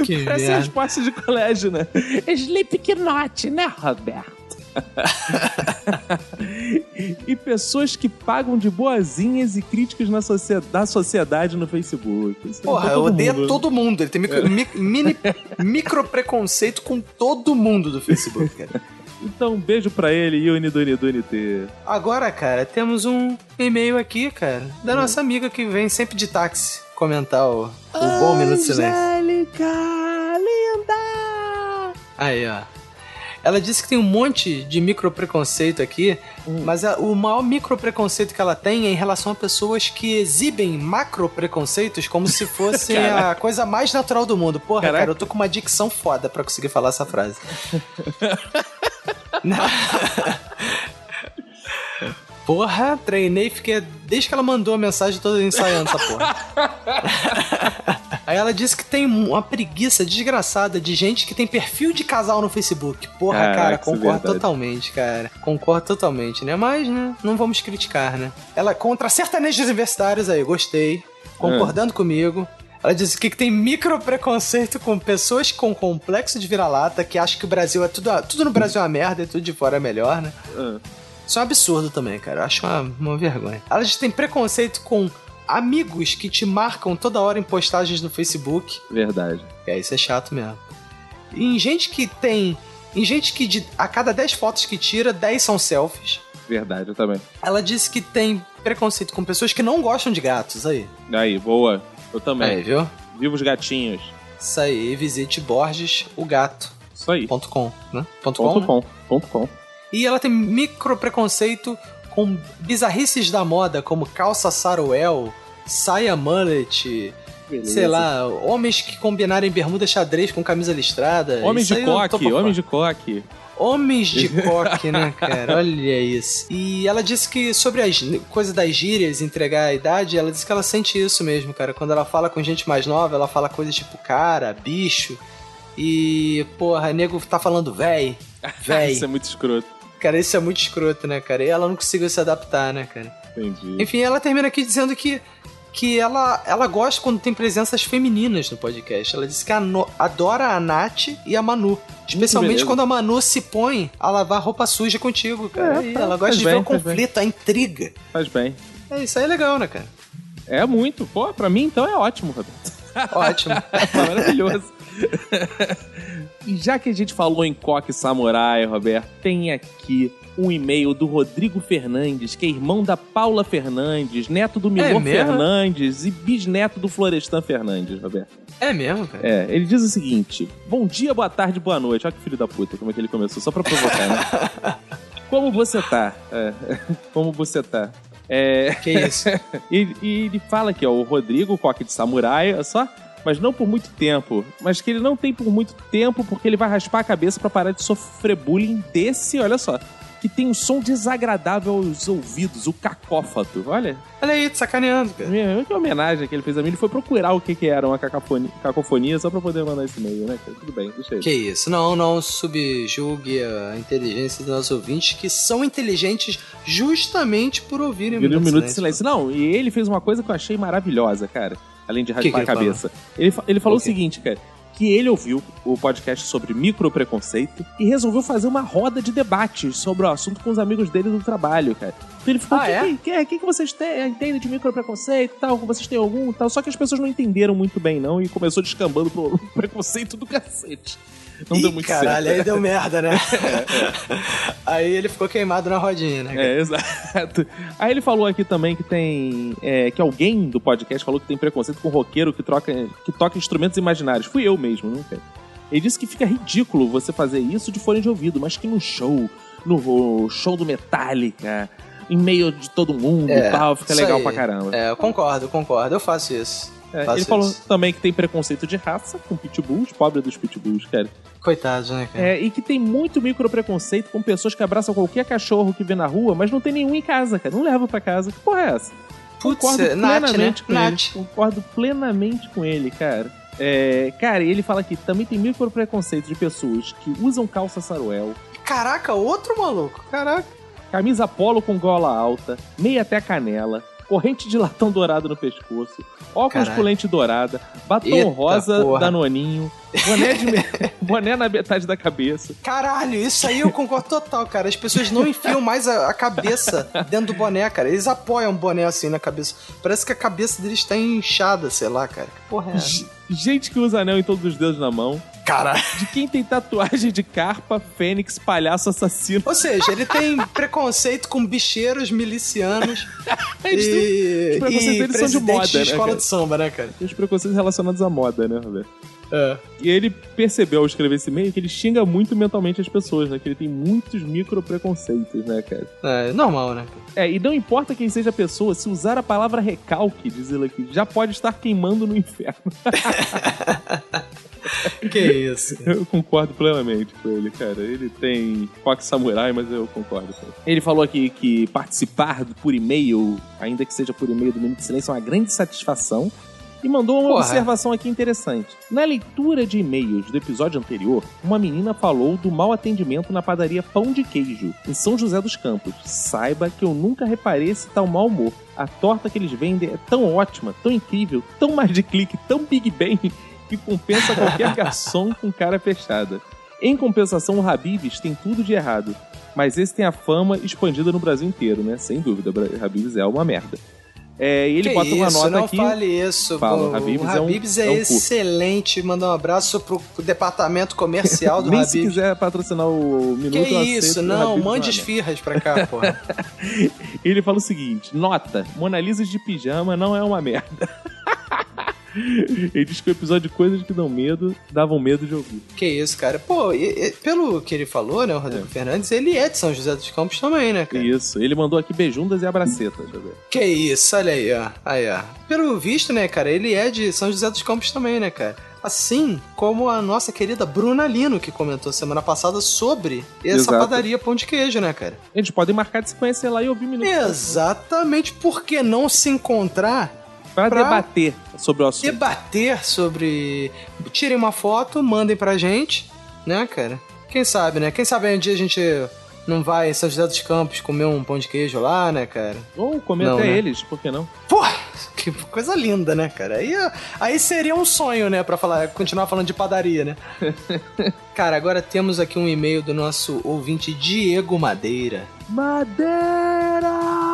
Que Parece merda. resposta de colégio, né? Slipknot, né, Roberto? e pessoas que pagam de boazinhas e críticas na socie- da sociedade no Facebook. Isso Porra, é eu odeio mundo. todo mundo. Ele tem micro, mi- mini, micro preconceito com todo mundo do Facebook, cara. Então, um beijo pra ele e o NidoniDonit. Agora, cara, temos um e-mail aqui, cara, da nossa amiga que vem sempre de táxi comentar o, o bom Minuto de Silêncio. linda! Aí, ó. Ela disse que tem um monte de micro preconceito aqui, mas a- o maior micro preconceito que ela tem é em relação a pessoas que exibem macro preconceitos como se fosse a coisa mais natural do mundo. Porra, Caraca. cara, eu tô com uma dicção foda pra conseguir falar essa frase. Porra, treinei, fiquei. Desde que ela mandou a mensagem, eu tô ensaiando essa porra. Aí ela disse que tem uma preguiça desgraçada de gente que tem perfil de casal no Facebook. Porra, Caraca, cara, isso é concordo verdade. totalmente, cara. Concordo totalmente, né? Mas, né, não vamos é É. criticar, né? Ela contra sertanejos universitários aí, gostei. Concordando comigo. Ela disse que tem micro preconceito com pessoas com complexo de vira-lata que acham que o Brasil é tudo. Tudo no Brasil é uma merda e tudo de fora é melhor, né? Isso é um absurdo também, cara. Eu acho uma, uma vergonha. Ela diz que tem preconceito com amigos que te marcam toda hora em postagens no Facebook. Verdade. É, isso é chato mesmo. E em gente que tem. Em gente que de- a cada 10 fotos que tira, 10 são selfies. Verdade, eu também. Ela disse que tem preconceito com pessoas que não gostam de gatos aí. Aí, boa. Eu É. também. Aí, viu? Viva os gatinhos. Isso aí, visite Borges, o gato. Isso aí. Ponto com, né? Ponto com, Ponto né? com. Ponto com. E ela tem micro preconceito com bizarrices da moda, como calça saruel, saia mullet, sei lá, homens que combinarem bermuda xadrez com camisa listrada. Homens É Isso de aí eu tô coque, pra homens de coque. Homens de coque, né, cara? Olha isso. E ela disse que sobre as gí- coisa das gírias, entregar a idade, ela disse que ela sente isso mesmo, cara. Quando ela fala com gente mais nova, ela fala coisas tipo cara, bicho. E, porra, nego tá falando véi, véi. Isso é muito escroto. Cara, isso é muito escroto, né, cara? E ela não conseguiu se adaptar, né, cara? Entendi. Enfim, ela termina aqui dizendo que, que ela, ela gosta quando tem presenças femininas no podcast. Ela disse que a No- adora a Nath e a Manu. Especialmente beleza. quando a Manu se põe a lavar roupa suja contigo, cara. É, E tá, ela gosta faz de bem, ver o faz conflito, a intriga. Faz bem. É, isso aí é legal, né, cara? É muito. Pô, pra mim então é ótimo, Roberto. Ótimo. Maravilhoso. e já que a gente falou em coque samurai, Roberto, tem aqui um e-mail do Rodrigo Fernandes, que é irmão da Paula Fernandes, neto do Milor mesmo? Fernandes e bisneto do Florestan Fernandes, Roberto. É mesmo, cara? É, ele diz o seguinte: Bom dia, boa tarde, boa noite. Olha que filho da puta, como é que ele começou, só pra provocar, né? Como você tá? É, como você tá? É, Que isso? e, e ele fala aqui, ó, o Rodrigo, coque de samurai, olha só, mas não por muito tempo. Mas que ele não tem por muito tempo, porque ele vai raspar a cabeça pra parar de sofrer bullying desse, olha só, que tem um som desagradável aos ouvidos, o cacófato. Olha, Olha aí, te sacaneando, cara. minha- que homenagem que ele fez a mim. Ele foi procurar o que, que era uma cacafoni- cacofonia só pra poder mandar esse e-mail, né? cara? Tudo bem, deixa ele. Que isso? Não, não subjugue a inteligência dos nossos ouvintes, que são inteligentes justamente por ouvirem né? Virou um Minuto minuto de silêncio. Não, e ele fez uma coisa que eu achei maravilhosa, cara. Além de que raspar ele a cabeça. Ele, fa- ele falou Ok. o seguinte, cara. Que ele ouviu o podcast sobre micropreconceito e resolveu fazer uma roda de debate sobre o assunto com os amigos dele do trabalho, cara. Então ele ficou, o Ah, que, é? que, que, que que vocês te- entendem de micropreconceito e tal? Vocês têm algum e tal? Só que as pessoas não entenderam muito bem, não, e começou descambando pro preconceito do cacete. Não deu muito certo. caralho, aí deu merda, né? aí ele ficou queimado na rodinha, né? cara? É, exato. Aí ele falou aqui também que tem. é, que alguém do podcast falou que tem preconceito com roqueiro que, troca, que toca instrumentos imaginários. Fui eu mesmo, não tem. Ele disse que fica ridículo você fazer isso de fone de ouvido, mas que no show, no ro- show do Metallica, em meio de todo mundo É, e tal, fica isso legal aí. pra caramba. É, eu concordo, eu concordo, eu faço isso. É, faço ele falou isso. também que tem preconceito de raça com pitbulls, pobre dos pitbulls, cara. Coitado, né, cara? É, e que tem muito micropreconceito com pessoas que abraçam qualquer cachorro que vê na rua, mas não tem nenhum em casa, cara. Não leva pra casa. Que porra é essa? Putz, Concordo é, Nath, plenamente né? com Nath. ele. Concordo plenamente com ele, cara. É, cara, e ele fala que também tem micropreconceito de pessoas que usam calça saruel, Caraca, outro maluco. Caraca. camisa polo com gola alta, meia até a canela, corrente de latão dourado no pescoço, óculos Caralho. com lente dourada, batom Eita rosa porra. danoninho, boné, de me- boné na metade da cabeça, Caralho, isso aí eu concordo total, cara. As pessoas não enfiam mais a, a cabeça dentro do boné, cara. Eles apoiam o boné assim na cabeça. Parece que a cabeça deles tá inchada, sei lá, cara. Que porra é essa? G- Gente que usa anel em todos os dedos na mão. Caralho. De quem tem tatuagem de carpa, fênix, palhaço, assassino. Ou seja, ele tem preconceito com bicheiros milicianos. Eles têm- e, os preconceitos deles e são de presidente moda, de né, escola cara? de samba, né, cara? Tem os preconceitos relacionados à moda, né, Roberto? É. E ele percebeu ao escrever esse e-mail que ele xinga muito mentalmente as pessoas, né? Que ele tem muitos micro preconceitos, né, cara? É, normal, né? É, e não importa quem seja a pessoa, se usar a palavra recalque, diz ele aqui, já pode estar queimando no inferno. Que isso. Eu concordo plenamente com ele, cara. Ele tem Fox Samurai, mas eu concordo com ele. Ele falou aqui que participar por e-mail, ainda que seja por e-mail do Minuto de Silêncio, é uma grande satisfação. e mandou uma Porra. observação aqui interessante. Na leitura de e-mails do episódio anterior, uma menina falou do mau atendimento na padaria Pão de Queijo, em São José dos Campos. Saiba que eu nunca reparei esse tal mau humor. A torta que eles vendem é tão ótima, tão incrível, tão mais de clique, tão Big Bang, que compensa qualquer garçom com cara fechada. Em compensação, o Habib's tem tudo de errado. Mas esse tem a fama expandida no Brasil inteiro, né? Sem dúvida, Bra- Habib's é uma merda. É, e ele Que bota uma isso, nota não aqui. fale isso. Fala, pô. Habib's o é um- Habib's é, é um cu. excelente. Mandar um abraço pro departamento comercial do Nem se Habib's. quiser patrocinar o Minuto Que eu aceito, isso, não, Habib's mande é uma as merda. firras pra cá, pô. Ele fala o seguinte: nota, Mona Lisa de pijama não é uma merda. ele diz que o episódio de coisas que dão medo davam medo de ouvir. Que isso, cara. Pô, e- e- pelo que ele falou, né, o Rodrigo Fernandes, ele é de São José dos Campos também, né, cara? Isso, ele mandou aqui beijundas e abracetas. Deixa eu ver. Que isso, olha aí, ó. Aí, ó. Pelo visto, né, cara, ele é de São José dos Campos também, né, cara? Assim como a nossa querida Bruna Lino, que comentou semana passada sobre essa Exato. padaria pão de queijo, né, cara? Eles podem marcar de se conhecer lá e ouvir Minuto Exatamente, por que não se encontrar, Pra, pra- debater sobre o assunto. debater sobre. Tirem uma foto, mandem pra gente, né, cara? Quem sabe, né? Quem sabe aí um dia a gente não vai em São José dos Campos comer um pão de queijo lá, né, cara? Ou comer Não, até né? eles, por que não? Pô, que coisa linda, né, cara? Aí, aí seria um sonho, né, Pra falar, continuar falando de padaria, né? cara, agora temos aqui um e-mail do nosso ouvinte Diego Madeira. Madeira!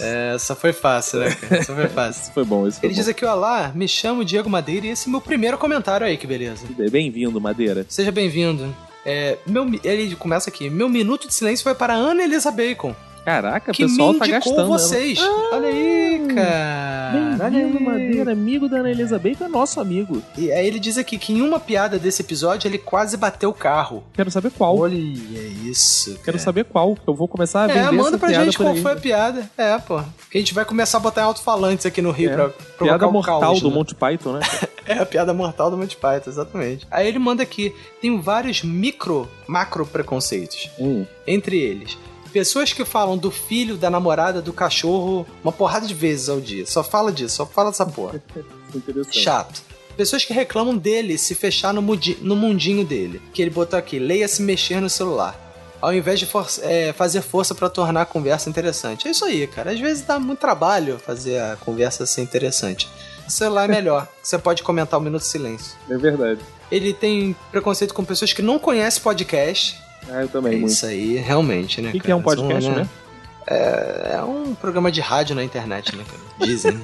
É, Essa foi fácil, né, cara? Essa foi fácil. Isso foi bom, isso foi Ele diz aqui, olá, me chamo Diego Madeira e esse é meu primeiro comentário aí, que beleza. bom. Bem-vindo, Madeira. Seja bem-vindo. É, meu, mi- ele começa aqui, meu minuto de silêncio vai para a Ana Elisa Bacon, Caraca, que o me pessoal tá indicou gastando. vocês. Olha aí, cara. Ela. Olha aí. Bem-vindo, Madeira, amigo da Ana Elisa Bacon, é nosso amigo. E aí ele diz aqui que em uma piada desse episódio ele quase bateu o carro. Quero saber qual. Olha é isso. Quero cara. saber qual. Eu vou começar a vender É, manda essa pra piada gente por qual aí. foi a piada. É, pô. Que a gente vai começar a botar em alto-falantes aqui no Rio É. pra provocar Piada o mortal caos, do né? Monty Python, né? É, a piada mortal do Monty Python, exatamente. Aí ele manda aqui, tem vários micro, macro preconceitos. Hum. Entre eles, pessoas que falam do filho, da namorada, do cachorro uma porrada de vezes ao dia. Só fala disso, só fala dessa porra. Interessante. Chato. Pessoas que reclamam dele se fechar no, mudi- no mundinho dele. Que ele botou aqui, leia se mexer no celular. Ao invés de for- é, fazer força pra tornar a conversa interessante. É isso aí, cara. Às vezes dá muito trabalho fazer a conversa ser interessante. O celular é melhor. Você pode comentar um minuto de silêncio. É verdade. Ele tem preconceito com pessoas que não conhecem podcast. Ah, eu É também, muito. isso aí, realmente, né? O que, que cara? é um podcast, São, né? É um programa de rádio na internet, né, cara? Dizem.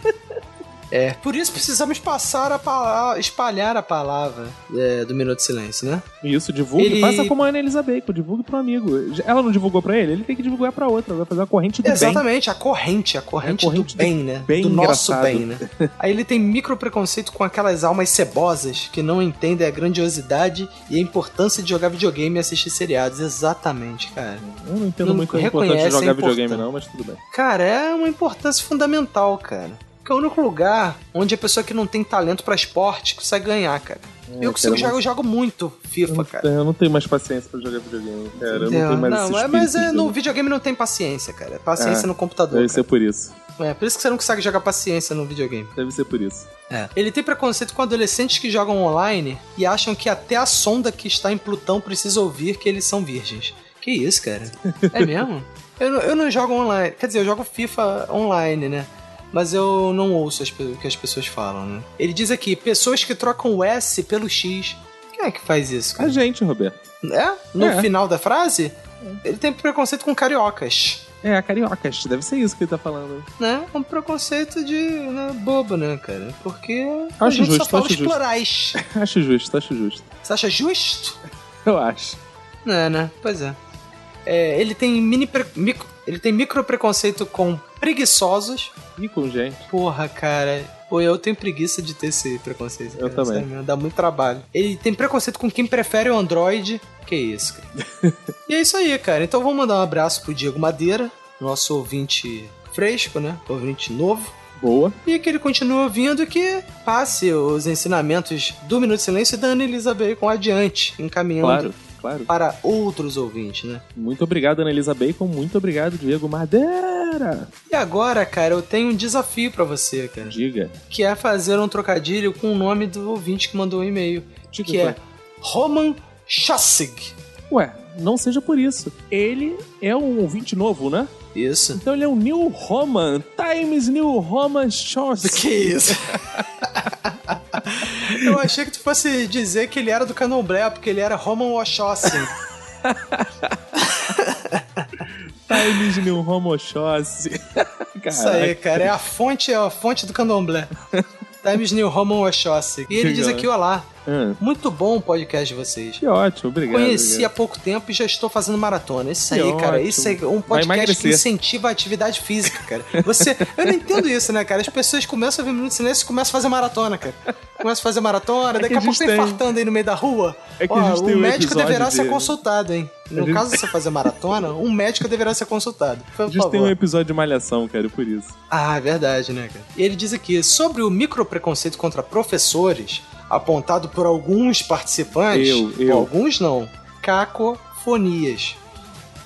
É, por isso precisamos passar a palavra, espalhar a palavra é, do Minuto de Silêncio, né? Isso, divulgue. Ele- Faça como a Ana Elisa Bacon, divulgue pro amigo. Ela não divulgou pra ele, ele tem que divulgar pra outra. Vai fazer a corrente do bem. Exatamente, a corrente, a corrente, É a corrente do do bem, né? bem do nosso engraçado. bem, né? Aí ele tem micro preconceito com aquelas almas cebosas que não entendem a grandiosidade e a importância de jogar videogame e assistir seriados. Exatamente, cara. Eu não entendo Não muito a reconhece importância de a jogar videogame, importância. não, mas tudo bem. Cara, é uma importância fundamental, cara. Porque é o único lugar onde a pessoa que não tem talento pra esporte consegue ganhar, cara. eu consigo É, cara, jogar, eu jogo muito FIFA, cara. Eu não tenho mais paciência pra jogar videogame, cara. Eu não Entendeu? tenho mais esse não, é, espírito mas é, de- no videogame não tem paciência, cara. É Paciência É, no computador. Deve ser por isso. cara. É, por isso que você não consegue jogar paciência no videogame. Deve ser por isso. Ele tem preconceito com adolescentes que jogam online e acham que até a sonda que está em Plutão precisa ouvir que eles são virgens. Que isso, cara? É mesmo? eu, não, eu não jogo online. Quer dizer, eu jogo FIFA online, né? Mas eu não ouço as pe- o que as pessoas falam, né? Ele diz aqui, pessoas que trocam o S pelo X. Quem é que faz isso, A cara? gente, Roberto. É? No É. final da frase, ele tem preconceito com cariocas. É, a carioca, acho que deve ser isso que ele tá falando. Né? Um preconceito de né, bobo, né, cara? Porque a Acho gente só justo, fala acho os justo. plurais. acho justo, acho justo. Você acha justo? Eu acho. Não, né? Pois é. É, ele tem mini pre- micro, ele tem micro preconceito com preguiçosos. E com gente. Porra, cara. Pô, eu tenho preguiça de ter esse preconceito. Eu cara. também. Sério mesmo, dá muito trabalho. Ele tem preconceito com quem prefere o Android. Que isso, cara. e é isso aí, cara. Então vamos mandar um abraço pro Diego Madeira, nosso ouvinte fresco, né? Ouvinte novo. Boa. E que ele continue ouvindo e que passe os ensinamentos do Minuto de Silêncio e da Ana Elisa Bacon adiante, encaminhando Claro, claro. para outros ouvintes, né? Muito obrigado, Ana Elisa Bacon. Muito obrigado, Diego Madeira. Cara. E agora, cara, eu tenho um desafio pra você, cara. Diga. Que é fazer um trocadilho com o nome do ouvinte que mandou o e-mail. Diga, que é Roman Chassig. Ué, não seja por isso. Ele é um ouvinte novo, né? Isso. Então ele é um New Roman. Times New Roman Shorts. Que isso? Eu achei que tu fosse dizer que ele era do Canomblé, porque ele era Roman Wachowski. Times New Roman Shorts. Isso aí, cara. É a fonte, é a fonte do Candomblé. Times New Roman Wachowski. E ele diz aqui, olá. Ah. Muito bom o podcast de vocês. Que ótimo, obrigado. Conheci obrigado. há pouco tempo e já estou fazendo maratona. Isso aí, Que cara. ótimo. Isso é um Vai podcast que emagrecer. incentiva a atividade física, cara. Você. Eu não entendo isso, né, cara? As pessoas começam a ouvir Minuto de Silêncio e começam a fazer maratona, cara. Começam a fazer maratona, daqui É que a a pouco gente tá tem- infartando aí no meio da rua. É que Ó, a gente tem o um médico episódio deverá ser de- consultado, hein? No A gente- caso de você fazer maratona, um médico deverá ser consultado. Por A gente tem favor. um episódio de malhação, cara, por isso. Ah, é verdade, né, cara? E ele diz aqui, sobre o micropreconceito contra professores, apontado por alguns participantes, Eu, eu. ou alguns não, cacofonias.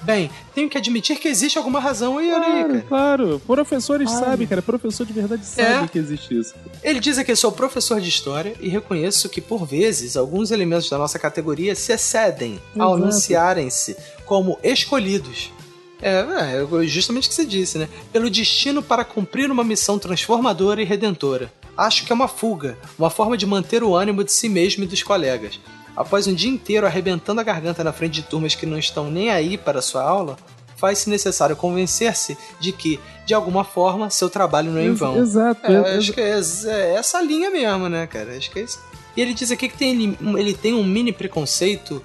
Bem, tenho que admitir que existe alguma razão aí, olha aí, Claro, cara. claro. Professores sabem, cara. Professor de verdade sabe É. que existe isso. Ele diz aqui, sou professor de história e reconheço que, por vezes, alguns elementos da nossa categoria se excedem ao Exato. anunciarem-se como escolhidos. É, é, justamente o que você disse, né? Pelo destino para cumprir uma missão transformadora e redentora. Acho que é uma fuga, uma forma de manter o ânimo de si mesmo e dos colegas. Após um dia inteiro arrebentando a garganta na frente de turmas que não estão nem aí para sua aula, faz-se necessário convencer-se de que, de alguma forma, seu trabalho não é em Ex- vão. Exato. É, é- eu acho que é, é essa linha mesmo, né, cara? Acho que é isso. E ele diz aqui que tem, ele tem um mini preconceito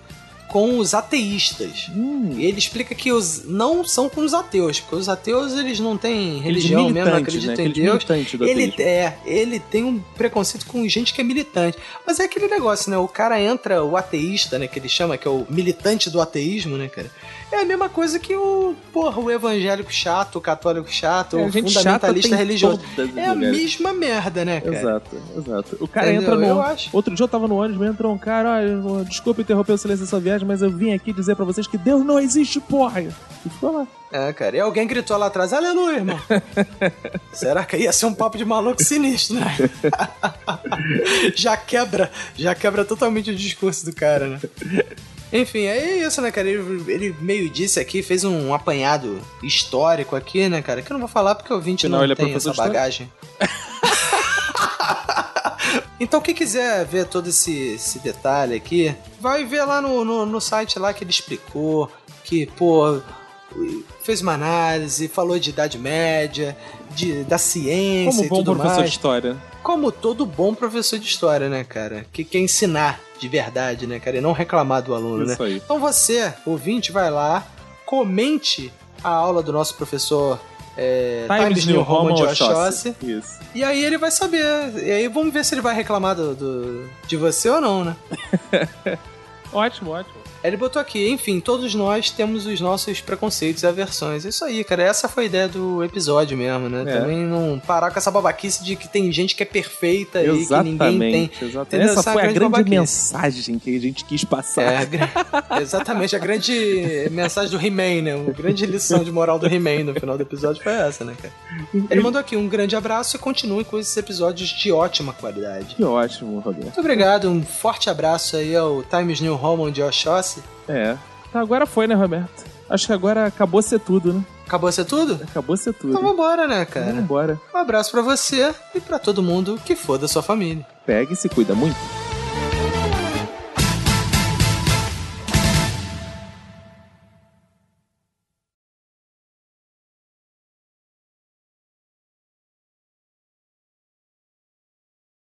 com os ateístas. Hum, E ele explica que os não são com os ateus, porque os ateus eles não têm aqueles religião mesmo, não militantes, acreditam né? em Aqueles Deus. militantes do Ele ateísmo. é, ele tem um preconceito com gente que é militante. Mas é aquele negócio, né? O cara entra, o ateísta, né? Que ele chama, que é o militante do ateísmo, né, cara? É a mesma coisa que o, porra, o evangélico chato, o católico chato, o É, gente chata fundamentalista tem religioso. todas as É a mulheres. mesma merda, né, cara? Exato, exato. O cara Entendeu? entra no. Eu acho. Outro dia eu tava no ônibus, me entrou um cara, olha, desculpa interromper o silêncio dessa viagem, mas eu vim aqui dizer pra vocês que Deus não existe, porra! E ficou lá. É, cara. E alguém gritou lá atrás, aleluia, irmão. Será que ia ser um papo de maluco sinistro, né? já quebra, já quebra totalmente o discurso do cara, né? Enfim, é isso, né, cara? Ele, ele meio disse aqui, fez um apanhado histórico aqui, né, cara? Que eu não vou falar porque o ouvinte Afinal, não ele é tem professor essa de história? bagagem. Então, quem quiser ver todo esse, esse detalhe aqui, vai ver lá no, no, no site lá que ele explicou que, pô, fez uma análise, falou de Idade Média, de, da ciência Como e bom tudo professor de mais. história. Como todo bom professor de história, né, cara? Que quer ensinar de verdade, né, cara? E não reclamar do aluno, né? Isso aí. Então você, ouvinte, vai lá, comente a aula do nosso professor é, Times New Roman de Oshossi. Isso. e aí ele vai saber. E aí vamos ver se ele vai reclamar do, do- de você ou não, né? Ótimo, ótimo. Aí Ele botou aqui, enfim, todos nós temos os nossos preconceitos e aversões. É Isso aí, cara, essa foi a ideia do episódio mesmo, né? É. Também não parar com essa babaquice de que tem gente que é perfeita e que ninguém tem. Exatamente. exatamente. Entendeu? Essa Essa é foi a grande babaquice. mensagem que a gente quis É, passar. a gra- exatamente, a grande mensagem do He-Man, né? A grande lição de moral do He-Man no final do episódio foi essa, né, cara? Ele mandou aqui um grande abraço e continue com esses episódios de ótima qualidade. Que ótimo, Roberto. Muito obrigado, um forte abraço aí ao Times New Roman de Oshossi. É. Tá, agora foi, né, Roberto? Acho que agora acabou ser tudo, né? Acabou ser tudo? Acabou ser tudo. Então vambora, né, cara? Vambora. Um abraço pra você e pra todo mundo que for da sua família. Pega e se cuida muito.